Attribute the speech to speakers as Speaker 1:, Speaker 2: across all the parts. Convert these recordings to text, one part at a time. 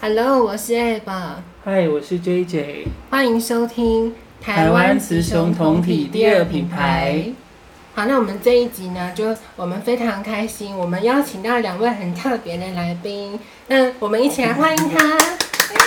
Speaker 1: Hello，我是 A 吧，
Speaker 2: 嗨，我是 JJ。
Speaker 1: 欢迎收听
Speaker 2: 台湾雌雄同体第二品牌。
Speaker 1: 好，那我们这一集呢，就我们非常开心，我们邀请到两位很特别的来宾，那我们一起来欢迎他。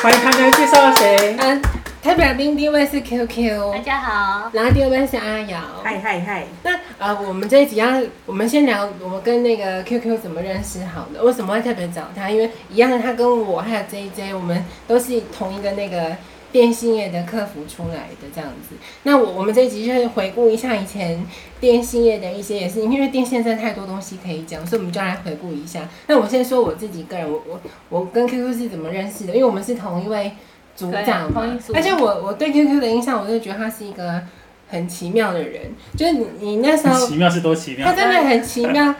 Speaker 2: 欢迎他刚介绍谁？
Speaker 1: 嗯，特别来宾第一位是
Speaker 3: 大
Speaker 1: QQ，
Speaker 3: 家好，
Speaker 1: 然后第二位是阿瑶。
Speaker 4: 嗨嗨嗨，
Speaker 1: 那呃，我们这一集要，我们先聊我们跟那个 QQ 怎么认识好的，为什么会特别找他？因为一样，他跟我还有 JJ，我们都是同一个那个电信业的客服出来的这样子。那我我们这一集就是回顾一下以前电信业的一些，也是因为电信现在太多东西可以讲，所以我们就来回顾一下。那我先说我自己个人，我我我跟 QQ 是怎么认识的？因为我们是同一位组长嘛
Speaker 3: 对同一，组
Speaker 1: 而且我我对 QQ 的印象，我就觉得他是一个。很奇妙的人，就是你，你那时候
Speaker 2: 奇妙是多奇
Speaker 1: 他
Speaker 2: 妙，
Speaker 1: 真的很奇妙。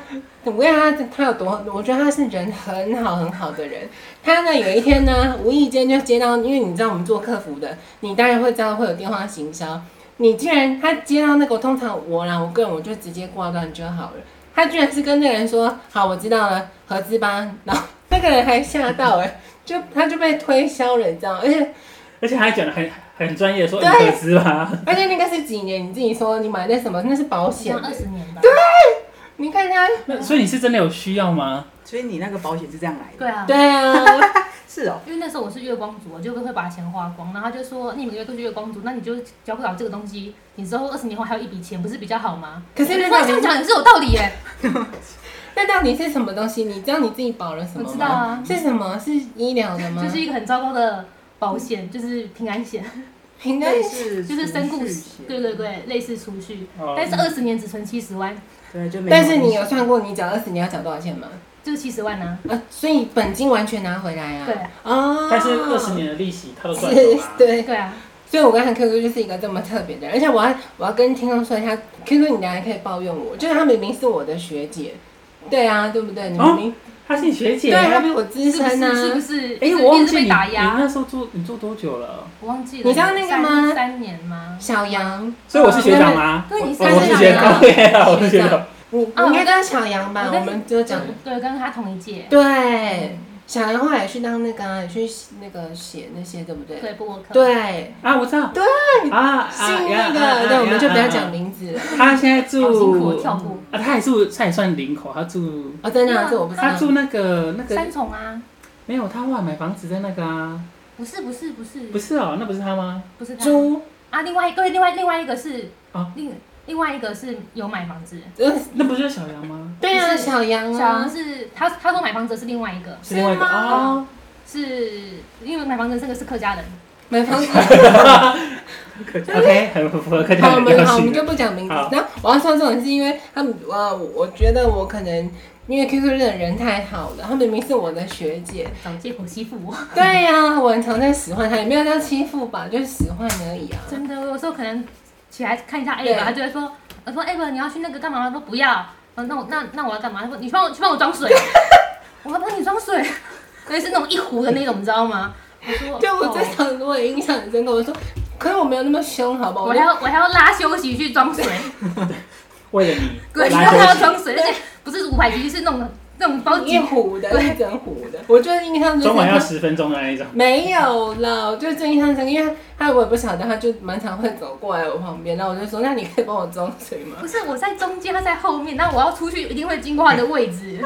Speaker 1: 我跟他他有多，我觉得他是人很好很好的人。他呢有一天呢，无意间就接到，因为你知道我们做客服的，你当然会知道会有电话行销。你竟然他接到那个，通常我啦，我个人我就直接挂断就好了。他居然是跟那个人说：“好，我知道了，合资吧。”然后那个人还吓到哎、 就他就被推销了，你知道吗？而且
Speaker 2: 而且还讲的很很专业，说你
Speaker 1: 对
Speaker 2: 可知吧？
Speaker 1: 而且那个是几年？你自己说你买那什么？那是保
Speaker 3: 好
Speaker 1: 险
Speaker 3: 像
Speaker 1: 的
Speaker 3: 二。十年吧。
Speaker 1: 你看他，
Speaker 2: 那所以你是真的有需要吗？
Speaker 4: 所以你那个保险是这样来的？
Speaker 3: 对啊，
Speaker 1: 对啊。
Speaker 4: 是哦，
Speaker 3: 因为那时候我是月光族，我就会把钱花光，然后他就说你每个月都是月光族，那你就交不了这个东西，你之后二十年后还有一笔钱，不是比较好吗？
Speaker 1: 可是那
Speaker 3: 我
Speaker 1: 到
Speaker 3: 这样
Speaker 1: 底
Speaker 3: 讲也是有道理耶。
Speaker 1: 那到底是什么东西？你知道你自己保了什么吗？
Speaker 3: 我知道啊
Speaker 1: 是什么？啊是医疗的吗？
Speaker 3: 就是一个很糟糕的保险，就是平 安险，
Speaker 1: 平安
Speaker 4: 类似
Speaker 3: 就是身故
Speaker 4: 储蓄
Speaker 3: 险
Speaker 4: 险，
Speaker 3: 对对对，类似储蓄，
Speaker 2: 哦
Speaker 3: 但是二十年只存七十万，
Speaker 4: 对，就没。
Speaker 1: 但是你有算过你缴二十年要缴多少钱吗？
Speaker 3: 就是七十万啊。
Speaker 1: 啊，所以本金完全拿回来啊。
Speaker 3: 对。
Speaker 1: 哦。
Speaker 2: 但是二十。年的利息他都赚走
Speaker 1: 是
Speaker 2: 啦，。
Speaker 1: 对，
Speaker 3: 对啊，
Speaker 1: 所以我刚才 QQ 就是一个这么特别的人，而且我要我要跟听众说一下，QQ 你当然可以抱怨我，就是她明明是我的学姐，对啊，对不对？你明明、
Speaker 2: 她是你学哦姐。
Speaker 1: 对她
Speaker 2: 哎，
Speaker 1: 比我资
Speaker 3: 是不是
Speaker 1: 深啊，
Speaker 3: 是不是？
Speaker 2: 我忘
Speaker 3: 一直
Speaker 2: 记你，
Speaker 3: 被
Speaker 2: 你
Speaker 3: 打压，
Speaker 2: 那时候做你做多久了？
Speaker 3: 我忘记了。
Speaker 1: 你知道那个吗
Speaker 3: 三三年吗？
Speaker 1: 小杨，
Speaker 2: 所以我是学长吗？
Speaker 3: 对你是
Speaker 2: 我我是
Speaker 1: 学
Speaker 2: 学
Speaker 1: 长
Speaker 2: 长，对啊， 我是学长。
Speaker 1: 你你应该叫小杨吧？我
Speaker 3: 我哦跟
Speaker 1: 们就讲
Speaker 3: 对，跟他同一届。
Speaker 1: 对，小杨后来去当那个、啊、也去那个写那些，对不对？
Speaker 3: 对，布沃克。
Speaker 1: 对，
Speaker 2: 啊，我知道。对。啊啊
Speaker 1: 姓那
Speaker 2: 呀啊
Speaker 1: 个，对，我们就不要讲。
Speaker 2: 呀
Speaker 1: 名字了。
Speaker 2: 啊他现在
Speaker 3: 好辛苦，哦
Speaker 2: 住
Speaker 3: 跳过
Speaker 2: 啊，他也住，他也算林口，他住
Speaker 1: 哦，真的啊，这我不知
Speaker 2: 他
Speaker 1: 道。
Speaker 2: 住那个那个
Speaker 3: 三重啊？
Speaker 2: 没有，他后来买房子在那个啊，
Speaker 3: 不是不是不是
Speaker 2: 不是哦，那不是他吗？
Speaker 3: 不是他
Speaker 1: 猪，
Speaker 3: 啊！另外一对，另外另外一个是
Speaker 2: 啊
Speaker 3: 另另外一个是有买房子，
Speaker 1: 呃
Speaker 2: 那不就是小杨吗？
Speaker 1: 对啊，
Speaker 3: 不是
Speaker 1: 小杨
Speaker 3: 小
Speaker 1: 啊
Speaker 3: 杨，是他他说买房子是另外一个，
Speaker 2: 是另外一个
Speaker 1: 是吗
Speaker 2: 哦，
Speaker 3: 是因为买房子这个是客家人，
Speaker 1: 买房子。
Speaker 2: OK，很符合客
Speaker 1: 哎好，
Speaker 2: 家
Speaker 1: 我
Speaker 2: 人的
Speaker 1: 们
Speaker 2: 调
Speaker 1: 好，我们
Speaker 2: 性。
Speaker 1: 就不讲名字
Speaker 2: 好。
Speaker 1: 然后我要说这种是因为他们，呃，我觉得我可能因为 QQ 认的人太好了，他明明是我的学姐，
Speaker 3: 找借口欺负我。
Speaker 1: 对呀、我很常在使唤他，也没有叫欺负吧，就是使唤而已啊。
Speaker 3: 真的，我有时候可能起来看一下
Speaker 1: 对
Speaker 3: A 吧，他就会说，我说 A 吧，你要去那个干嘛吗？他说不要。啊，那我那那我要干嘛？他说你去帮我去帮我装水。我说帮你装水，可是是那种一壶的那种，你知道吗？我说
Speaker 1: 对，我
Speaker 3: 哦
Speaker 1: 最常我也印象很深刻。我说，可是我没有那么凶，好不好？
Speaker 3: 我还要我还要拉休息去装水，
Speaker 2: 为了 你，
Speaker 3: 对，然
Speaker 2: 拉
Speaker 3: 后还要
Speaker 2: 休息，
Speaker 3: 装水，而且不是五百级，是那种那种包
Speaker 1: 一
Speaker 3: 机。
Speaker 1: 壶的，一整壶的。我最印象最
Speaker 2: 中
Speaker 1: 深
Speaker 2: 晚要
Speaker 1: 刻
Speaker 2: 十分钟的那一种。
Speaker 1: 没有了，我就最印象深刻，因为他我也不晓得，他就蛮常会走过来我旁边，然后我就说：“那你可以帮我装水吗
Speaker 3: 不是我在中间，他在后面，那我要出去一定会经过他的位置。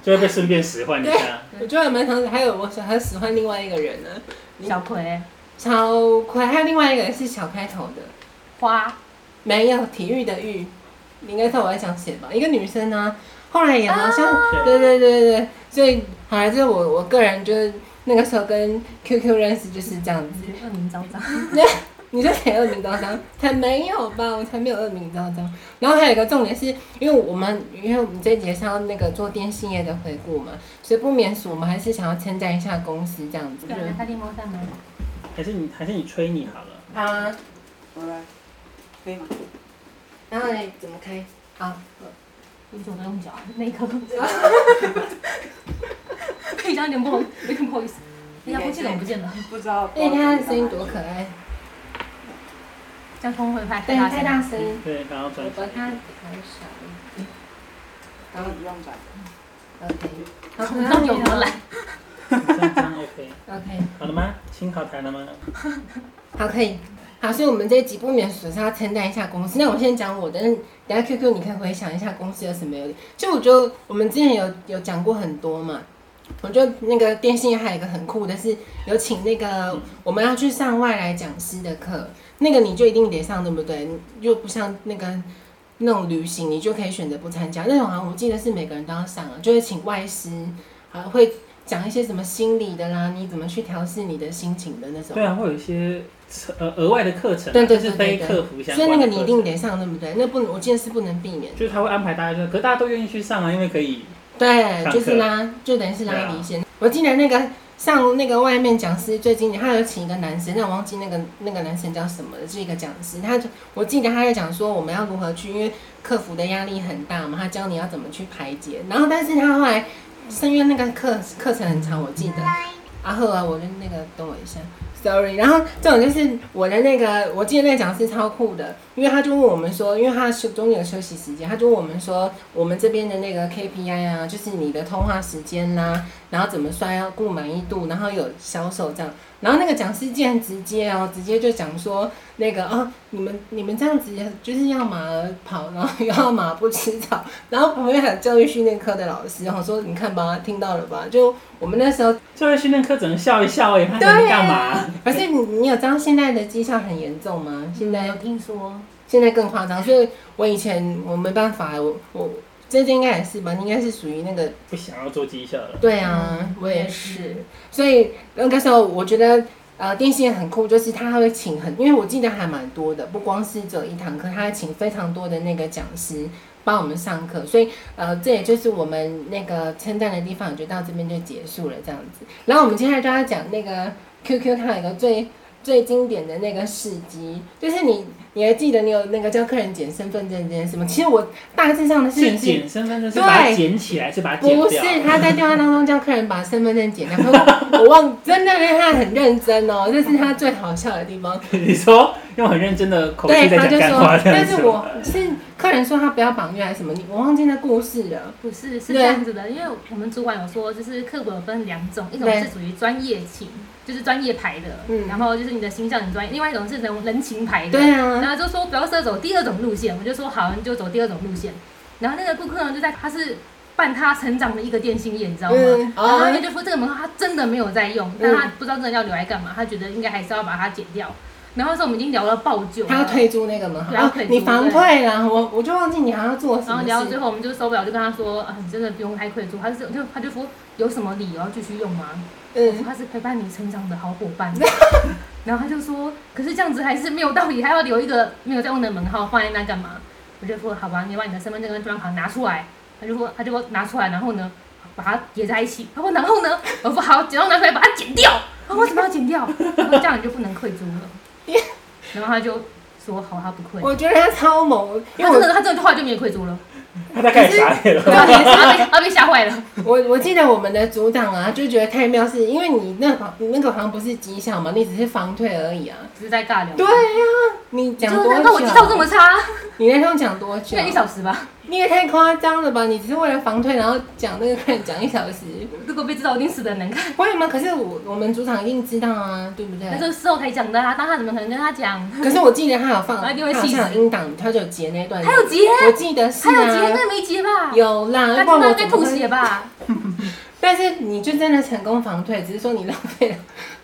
Speaker 2: 就会被顺便使唤一下。？”
Speaker 1: 我觉得还蛮常，还有我还喜欢另外一个人呢，
Speaker 3: 小葵
Speaker 1: 小葵，还有另外一个人是小开头的，
Speaker 3: 花
Speaker 1: 没有体育的育，你应该知道我在想写吧？一个女生呢、后来也好像、
Speaker 2: 啊
Speaker 1: 对对对对对，所以好来就是我我个人就是那个时候跟 QQ 认识就是这样子。
Speaker 3: 恶名昭 彰，
Speaker 1: 你就写恶名昭彰， 才没有吧？我才没有恶名昭彰。然后还有一个重点是，因为我们因为我们这一节是要那个做电信业的回顾嘛，所以不免俗，我们还是想要称赞一下公司这样子。
Speaker 3: 对啊，他电风扇吗？
Speaker 2: 还是你，还是你吹你好了。
Speaker 1: 好啊，
Speaker 4: 我来，可以吗？
Speaker 1: 然后你怎么开？哦好，
Speaker 3: 有一种用脚那一 刻，可以讲有点不好，有点不好意思。人家不见了，我不见了，
Speaker 4: 不知道。
Speaker 1: 哎、你看他的声音多可爱，
Speaker 3: 这样通会拍
Speaker 1: 对，太大声，
Speaker 2: 对，然后转
Speaker 1: 我。把它调小一点。
Speaker 4: 然后不用转，
Speaker 1: OK，
Speaker 3: 不知道你有多懒。
Speaker 2: 这样这样 OK，
Speaker 1: OK，
Speaker 2: 好了吗？心好谈了吗？
Speaker 1: 好，可以。好，所以我们这一集不免俗是要称赞一下公司。那我先讲我的，但是等一下 QQ 你可以回想一下公司有什么优点。就我觉得我们之前有有讲过很多嘛，我觉得那个电信还有一个很酷的是，有请那个我们要去上外来讲师的课，那个你就一定得上，对不对？就不像那个那种旅行，你就可以选择不参加。那种好像我记得是每个人都要上啊，就会请外师，啊会讲一些什么心理的啦，你怎么去调试你的心情的那种。
Speaker 2: 对啊，会有一些呃额外的课程啊，
Speaker 1: 对对
Speaker 2: 就是
Speaker 1: 对
Speaker 2: 非
Speaker 1: 对
Speaker 2: 客服相
Speaker 1: 所以
Speaker 2: 关
Speaker 1: 那
Speaker 2: 的
Speaker 1: 个
Speaker 2: 课程。
Speaker 1: 你一定得上，对不对？那不能，我记得是不能避免。
Speaker 2: 就是他会安排大家，可是大家都愿意去上啊，因为可以
Speaker 1: 对，
Speaker 2: 上
Speaker 1: 就是
Speaker 2: 课
Speaker 1: 拉，就等于是
Speaker 2: 对
Speaker 1: 拉
Speaker 2: 啊
Speaker 1: 离线。我记得那个上那个外面讲师最经典，他有请一个男生，但我忘记那个那个男生叫什么了，是一个讲师。他就我记得他在讲说我们要如何去，因为客服的压力很大嘛，他教你要怎么去排解。然后，但是他后来是因为那个课课程很长，我记得。啊后啊，我就那个等我一下，sorry。然后这种就是我的那个，我记得那个讲师超酷的，因为他就问我们说，因为他休中间有休息时间，他就问我们说，我们这边的那个 KPI 啊，就是你的通话时间啦、然后怎么算要顾满意度，然后有销售这样。然后那个讲师竟然直接哦，直接就讲说那个哦，你们你们这样子就是要马儿跑，然后又要马不吃草，然后旁边还有教育训练科的老师，然后说你看吧，听到了吧？就我们那时候
Speaker 2: 教育训练课只能笑一笑哎，他
Speaker 1: 对啊
Speaker 2: 能干嘛？
Speaker 1: 可是你你有知道现在的绩效很严重吗？现在
Speaker 3: 有听说，
Speaker 1: 现在更夸张，所以我以前我没办法，我我这应该也是吧，你应该是属于那个
Speaker 2: 不想要做绩效了。
Speaker 1: 对啊，
Speaker 3: 嗯
Speaker 1: 我
Speaker 3: 我
Speaker 1: 也
Speaker 3: 也
Speaker 1: 是
Speaker 3: 是。
Speaker 1: 所以那个时候我觉得呃，电信也很酷，就是他会请很，因为我记得还蛮多的，不光是只有一堂课，他还请非常多的那个讲师帮我们上课，所以呃，这也就是我们那个称赞的地方，我觉得到这边就结束了这样子。然后我们接下来就要讲那个 QQ 它有一个最。最经典的那个事迹，就是你，你还记得你有那个教客人捡身份证这件事吗？其实我大致上的事情
Speaker 2: 是
Speaker 1: 是
Speaker 2: 捡身份证，是把它
Speaker 1: 对
Speaker 2: 捡起来，是把它 剪
Speaker 1: 不
Speaker 2: 掉。
Speaker 1: 是，他在电话当中叫客人把身份证剪掉， 可我我忘真的，因为他很认真哦，这是他最好笑的地方。
Speaker 2: 你说用很认真的 口
Speaker 1: 对，
Speaker 2: 气在
Speaker 1: 他就
Speaker 2: 讲干
Speaker 1: 说
Speaker 2: 话，这样
Speaker 1: 但
Speaker 2: 子吗。
Speaker 1: 是我是客人说他不要绑约还是什么，你我忘记那故事了。
Speaker 3: 不是是
Speaker 1: 对
Speaker 3: 这样子的，因为我们主管有说，就是课本有分两种，一种
Speaker 1: 对
Speaker 3: 是属于专业情，就是专业牌的，
Speaker 1: 嗯
Speaker 3: 然后就是你的形象很专业；，另外一种是人人情牌的，
Speaker 1: 对啊，
Speaker 3: 然后就说不要设走第二种路线，我就说好，你就走第二种路线。然后那个顾客呢，就在他是伴他成长的一个电信业，你知道吗？
Speaker 1: 嗯
Speaker 3: 然后他
Speaker 1: 哦嗯
Speaker 3: 就说这个门号他真的没有在用，但他不知道真的要留来干嘛，他觉得应该还是要把它剪掉。然后那时候我们已经聊了爆久了，
Speaker 1: 他要退租那个嘛，
Speaker 3: 对
Speaker 1: 然
Speaker 3: 要
Speaker 1: 后
Speaker 3: 退租
Speaker 1: 你防退了，我我就忘记你还要做什
Speaker 3: 然后
Speaker 1: 么
Speaker 3: 聊到最
Speaker 1: 事。
Speaker 3: 后，我们就受不了，就跟他说：“啊，你真的不用太愧疚。”他是就他就说：“有什么理由要继续用吗？”我说
Speaker 1: 嗯，
Speaker 3: 他是陪伴你成长的好伙伴。然后他就说：“可是这样子还是没有道理，还要留一个没有在用的门号放在那干嘛？”我就说：“好吧，你把你的身份证跟健康卡拿出来。”他就说：“他就给我拿出来，然后呢，把它叠在一起。”他说：“然后呢？”我说：“好，剪刀拿出来，把它剪掉。”他说：“为什么要剪掉？”他说：“这样你就不能愧疚了。”然后他就说：“好，他不愧。”
Speaker 1: 我觉得他超猛，因
Speaker 3: 他
Speaker 1: 为
Speaker 3: 真
Speaker 1: 我
Speaker 3: 的，他真的后来就没有愧疚了。
Speaker 2: 他大概也傻眼了。
Speaker 1: 重点是
Speaker 3: 他被他被吓坏了。
Speaker 1: 我我记得我们的组长啊，就觉得太妙，是因为你那好你那个好像不是绩效嘛，你只是防退而已啊。
Speaker 3: 只是在尬聊。
Speaker 1: 对呀、你
Speaker 3: 就
Speaker 1: 讲
Speaker 3: 是
Speaker 1: 多啊
Speaker 3: 难怪我绩效这
Speaker 1: 久？
Speaker 3: 么差，
Speaker 1: 你那通讲多久
Speaker 3: 现在？一小时吧。
Speaker 1: 你也太夸张了吧！你只是为了防退，然后讲那个客人讲一小时，
Speaker 3: 如果被知道，一定死的难看。
Speaker 1: 会吗？可是我我们组长一定知道啊，对不对
Speaker 3: 那？是事后才讲的啊，当下怎么可能跟他讲？
Speaker 1: 可是我记得他有放，
Speaker 3: 他
Speaker 1: 他
Speaker 3: 一定会
Speaker 1: 好
Speaker 3: 气死
Speaker 1: 像有音档，他就有截那段。
Speaker 3: 还有结，
Speaker 1: 我记得是
Speaker 3: 还有结，
Speaker 1: 啊，
Speaker 3: 那没结吧？
Speaker 1: 有啦，
Speaker 3: 他
Speaker 1: 不
Speaker 3: 听
Speaker 1: 然
Speaker 3: 到
Speaker 1: 我怎
Speaker 3: 在
Speaker 1: 么
Speaker 3: 吐
Speaker 1: 会
Speaker 3: 血？吧？
Speaker 1: 但是你就真的成功防退，只是说你浪费了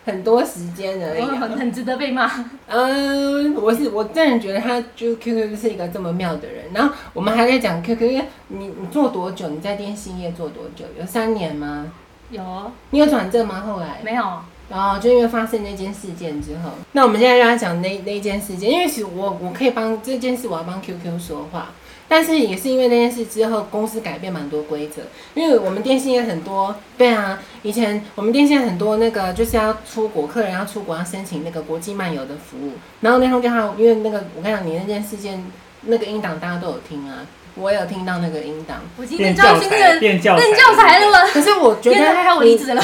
Speaker 1: 很多时间而已
Speaker 3: 我
Speaker 1: 啊、
Speaker 3: 很很值得被骂。
Speaker 1: 嗯，我是我真的觉得他就 QQ 就是一个这么妙的人。然后我们还在讲 QQ，因为你你做多久？你在电信业做多久？有三年吗？
Speaker 3: 有
Speaker 1: 你有转正吗？后来
Speaker 3: 没有？
Speaker 1: 然后就因为发生那件事件之后，那我们现在就要讲那那一件事件，因为其实我我可以帮这件事，我要帮 QQ 说话，但是也是因为那件事之后，公司改变蛮多规则，因为我们电信也很多，对啊，以前我们电信很多那个就是要出国，客人要出国要申请那个国际漫游的服务，然后那通电话，因为那个我跟你讲，你那件事件那个音档大家都有听啊，我也有听到那个音档，
Speaker 3: 我今
Speaker 2: 变
Speaker 3: 天就要
Speaker 2: 教
Speaker 3: 去
Speaker 2: 材，
Speaker 3: 那个
Speaker 2: 变教材，
Speaker 3: 练教材了。吗？
Speaker 1: 可是我觉
Speaker 3: 变
Speaker 1: 得
Speaker 3: 得还好，我离职了。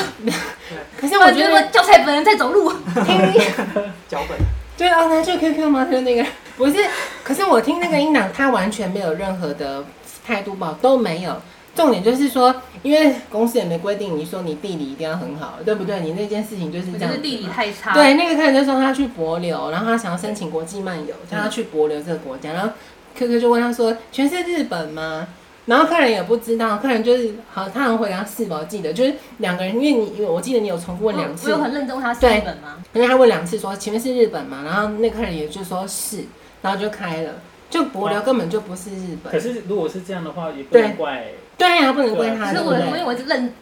Speaker 1: 可是
Speaker 3: 我
Speaker 1: 我
Speaker 3: 觉
Speaker 1: 觉
Speaker 3: 得我
Speaker 1: 得
Speaker 3: 教材本人在走路。
Speaker 1: 听。
Speaker 4: 脚本
Speaker 1: 对啊，他就 QQ 吗？就 那个不是，可是我听那个音档，他完全没有任何的态度报都没有，重点就是说，因为公司也没规定你说你地理一定要很好，对不对？你那件事情就是
Speaker 3: 我
Speaker 1: 这
Speaker 3: 觉
Speaker 1: 样子
Speaker 3: 得
Speaker 1: 嘛。
Speaker 3: 地理太差，
Speaker 1: 嗯对，那个客人就说他去博流，然后他想要申请国际漫游，他要去博流这个国家，然后 QQ 就问他说：“全是日本吗？”然后客人也不知道，客人就是好，他好像回答是吧？我记得就是两个人，因为你因为哦我记得你有重复
Speaker 3: 我
Speaker 1: 问两次
Speaker 3: 我，有很认真问他是
Speaker 1: 对
Speaker 3: 日本吗？
Speaker 1: 人家他问两次说前面是日本嘛，然后那客人也就说是，然后就开了，就博流根本就不是日
Speaker 2: 可
Speaker 1: 本，
Speaker 2: 是如果是这样的话，也不
Speaker 1: 对
Speaker 2: 能
Speaker 1: 啊
Speaker 2: 怪
Speaker 1: 对呀、不能怪
Speaker 3: 啊可
Speaker 1: 他，
Speaker 3: 是
Speaker 1: 对不
Speaker 3: 我因
Speaker 1: 对
Speaker 3: 为？我一直认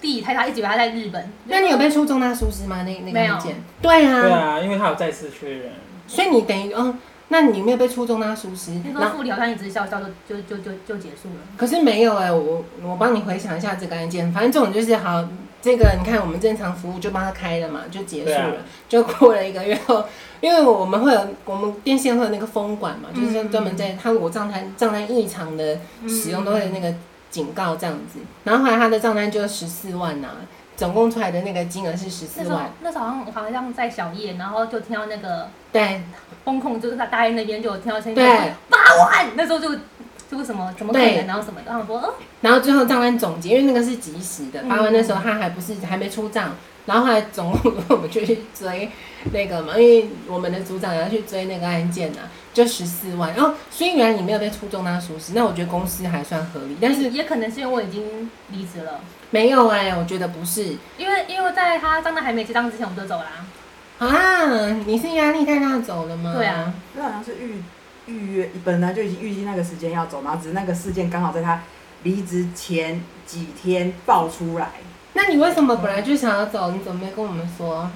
Speaker 3: 地理太差，一直以为他在日本。
Speaker 1: 那你有被出重大疏失吗？那那个
Speaker 3: 没有
Speaker 1: 案件？对啊，
Speaker 2: 对啊，因为他有再次确认，
Speaker 1: 所以你等于哦，那你没有被出重大疏失，
Speaker 3: 那
Speaker 1: 然后
Speaker 3: 个。副理好像一直笑笑就就就就就结束了。
Speaker 1: 可是没有哎、我我帮你回想一下这个案件，反正这种就是好，这个你看我们正常服务就帮他开了嘛，就结束
Speaker 2: 对啊
Speaker 1: 了，就过了一个月后，因为我们会有我们电线会有那个风管嘛，就是专门
Speaker 3: 嗯
Speaker 1: 在它如果账单账单异常的使用都会有那个
Speaker 3: 嗯
Speaker 1: 警告这样子，然后后来他的账单就十四万呐、总共出来的那个金额是十四
Speaker 3: 那时候
Speaker 1: 万，
Speaker 3: 那时候好像我好像在小夜，然后就听到那个
Speaker 1: 对
Speaker 3: 风控，就是他大爷那边就有听到声音，
Speaker 1: 对，
Speaker 3: 按那时候就就什么怎么可
Speaker 1: 对
Speaker 3: 能，然后什么的，然后我说嗯，
Speaker 1: 然后最后账单总结，因为那个是及时的，
Speaker 3: 嗯
Speaker 1: 八万那时候他还不是还没出账，然后后来总共我们就去追那个嘛，因为我们的组长要去追那个案件呐、啊，就十四万。哦然后所以原来你没有被出重大疏失，那我觉得公司还算合理，但是
Speaker 3: 也可能是因为我已经离职了，
Speaker 1: 没有哎、我觉得不是
Speaker 3: 因为因为在他账单还没结账之前我们就走啦，
Speaker 1: 啊，你是压力太大走了吗？
Speaker 3: 对啊，
Speaker 4: 这好像是预预约，本来就已经预计那个时间要走，然后只是那个事件刚好在他离职前几天爆出来。
Speaker 1: 那你为什么本来就想要走，你怎么没跟我们说？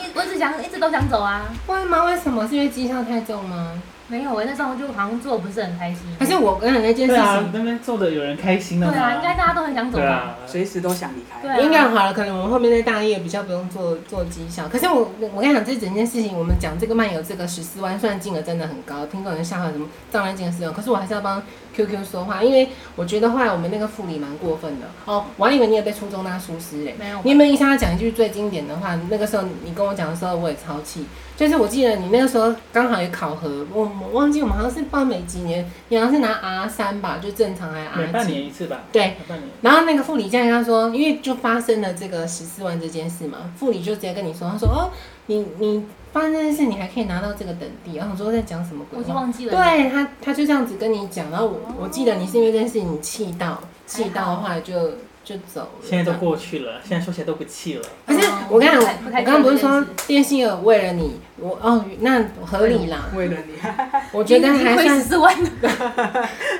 Speaker 3: 一我只想一直都想走啊，
Speaker 1: 为吗？为什么？是因为绩效太重吗？
Speaker 3: 没有，我那时候就好像做得不是很开心，
Speaker 1: 还是我跟你那件事
Speaker 2: 对啊
Speaker 1: 情，？
Speaker 2: 那边做的有人开心
Speaker 3: 对
Speaker 2: 了吗？
Speaker 3: 啊，应该大家都很想走
Speaker 2: 对
Speaker 3: 吧，
Speaker 2: 啊，
Speaker 4: 随时都想离开。
Speaker 3: 对啊
Speaker 1: 应该好了，可能我们后面在大业比较不用做做绩效。可是我我跟你讲，这整件事情，我们讲这个漫游这个十四万，虽然金额真的很高，听众人吓坏什么账单金额十万，可是我还是要帮 QQ 说话，因为我觉得后来我们那个副理蛮过分的哦，我还以为你也被出中大疏失嘞。
Speaker 3: 没有
Speaker 1: 你有没有印象？他讲一句最经典的话，那个时候你跟我讲的时候，我也超气。就是我记得你那个时候刚好有考核，我我忘记我们好像是报每几年，你好像是拿 R 三吧，就正常还
Speaker 2: 每
Speaker 1: R
Speaker 2: 半
Speaker 1: 几。
Speaker 2: 年一次吧，
Speaker 1: 对，
Speaker 2: 每半年。
Speaker 1: 然后那个副理竟然跟他说，因为就发生了这个十四万这件事嘛，副理就直接跟你说，他说哦，你你发生这件事，你还可以拿到这个等地，然后我说在讲什么鬼
Speaker 3: 我已经
Speaker 1: 话？
Speaker 3: 忘记了，
Speaker 1: 对啊他，他就这样子跟你讲，然后我我记得你是因为这件事情你气到，气到后来就就走了。
Speaker 2: 现在都过去了，现在说起来都不气了。
Speaker 1: 可是我跟你讲，
Speaker 3: 嗯不太
Speaker 1: 我
Speaker 3: 不太
Speaker 1: 刚刚不是说
Speaker 3: 做这件
Speaker 1: 电信有为了你，我哦那合理啦，
Speaker 4: 为了你，啊
Speaker 1: 我觉得
Speaker 3: 已经
Speaker 1: 还
Speaker 3: 亏
Speaker 1: 算
Speaker 3: 十四万了，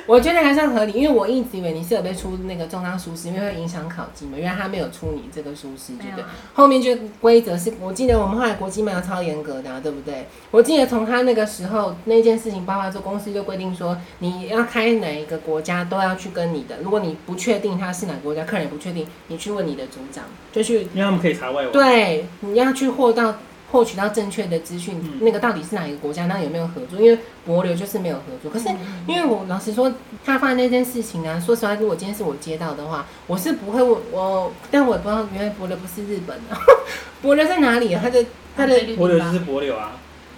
Speaker 1: 我觉得还算合理，因为我一直以为你是有被出那个重大疏失，因为会影响考绩嘛，原来他没有出你这个疏失，对不
Speaker 3: 没
Speaker 1: 对
Speaker 3: 有啊？
Speaker 1: 后面就规则是，我记得我们后来国际漫游超严格的、啊，对不对？我记得从他那个时候那件事情爆发之后，公司就规定说，你要开哪一个国家都要去跟你的，如果你不确定他是哪个国家，客人也不确定，你去问你的组长，就去
Speaker 2: 因为他们可以查外网，
Speaker 1: 对，你要去获到获取到正确的资讯，
Speaker 2: 嗯
Speaker 1: 那个到底是哪一个国家，那有没有合作？因为博流就是没有合作。可是
Speaker 2: 嗯
Speaker 1: 因为我老实说，他发生那件事情啊，说实话，如果今天是我接到的话，我是不会我我，但我也不知道原来博流不是日本的、 博流在哪里、啊？他的他的
Speaker 3: 菲律
Speaker 2: 博
Speaker 3: 宾
Speaker 2: 流
Speaker 3: 吧
Speaker 2: 就是博流啊，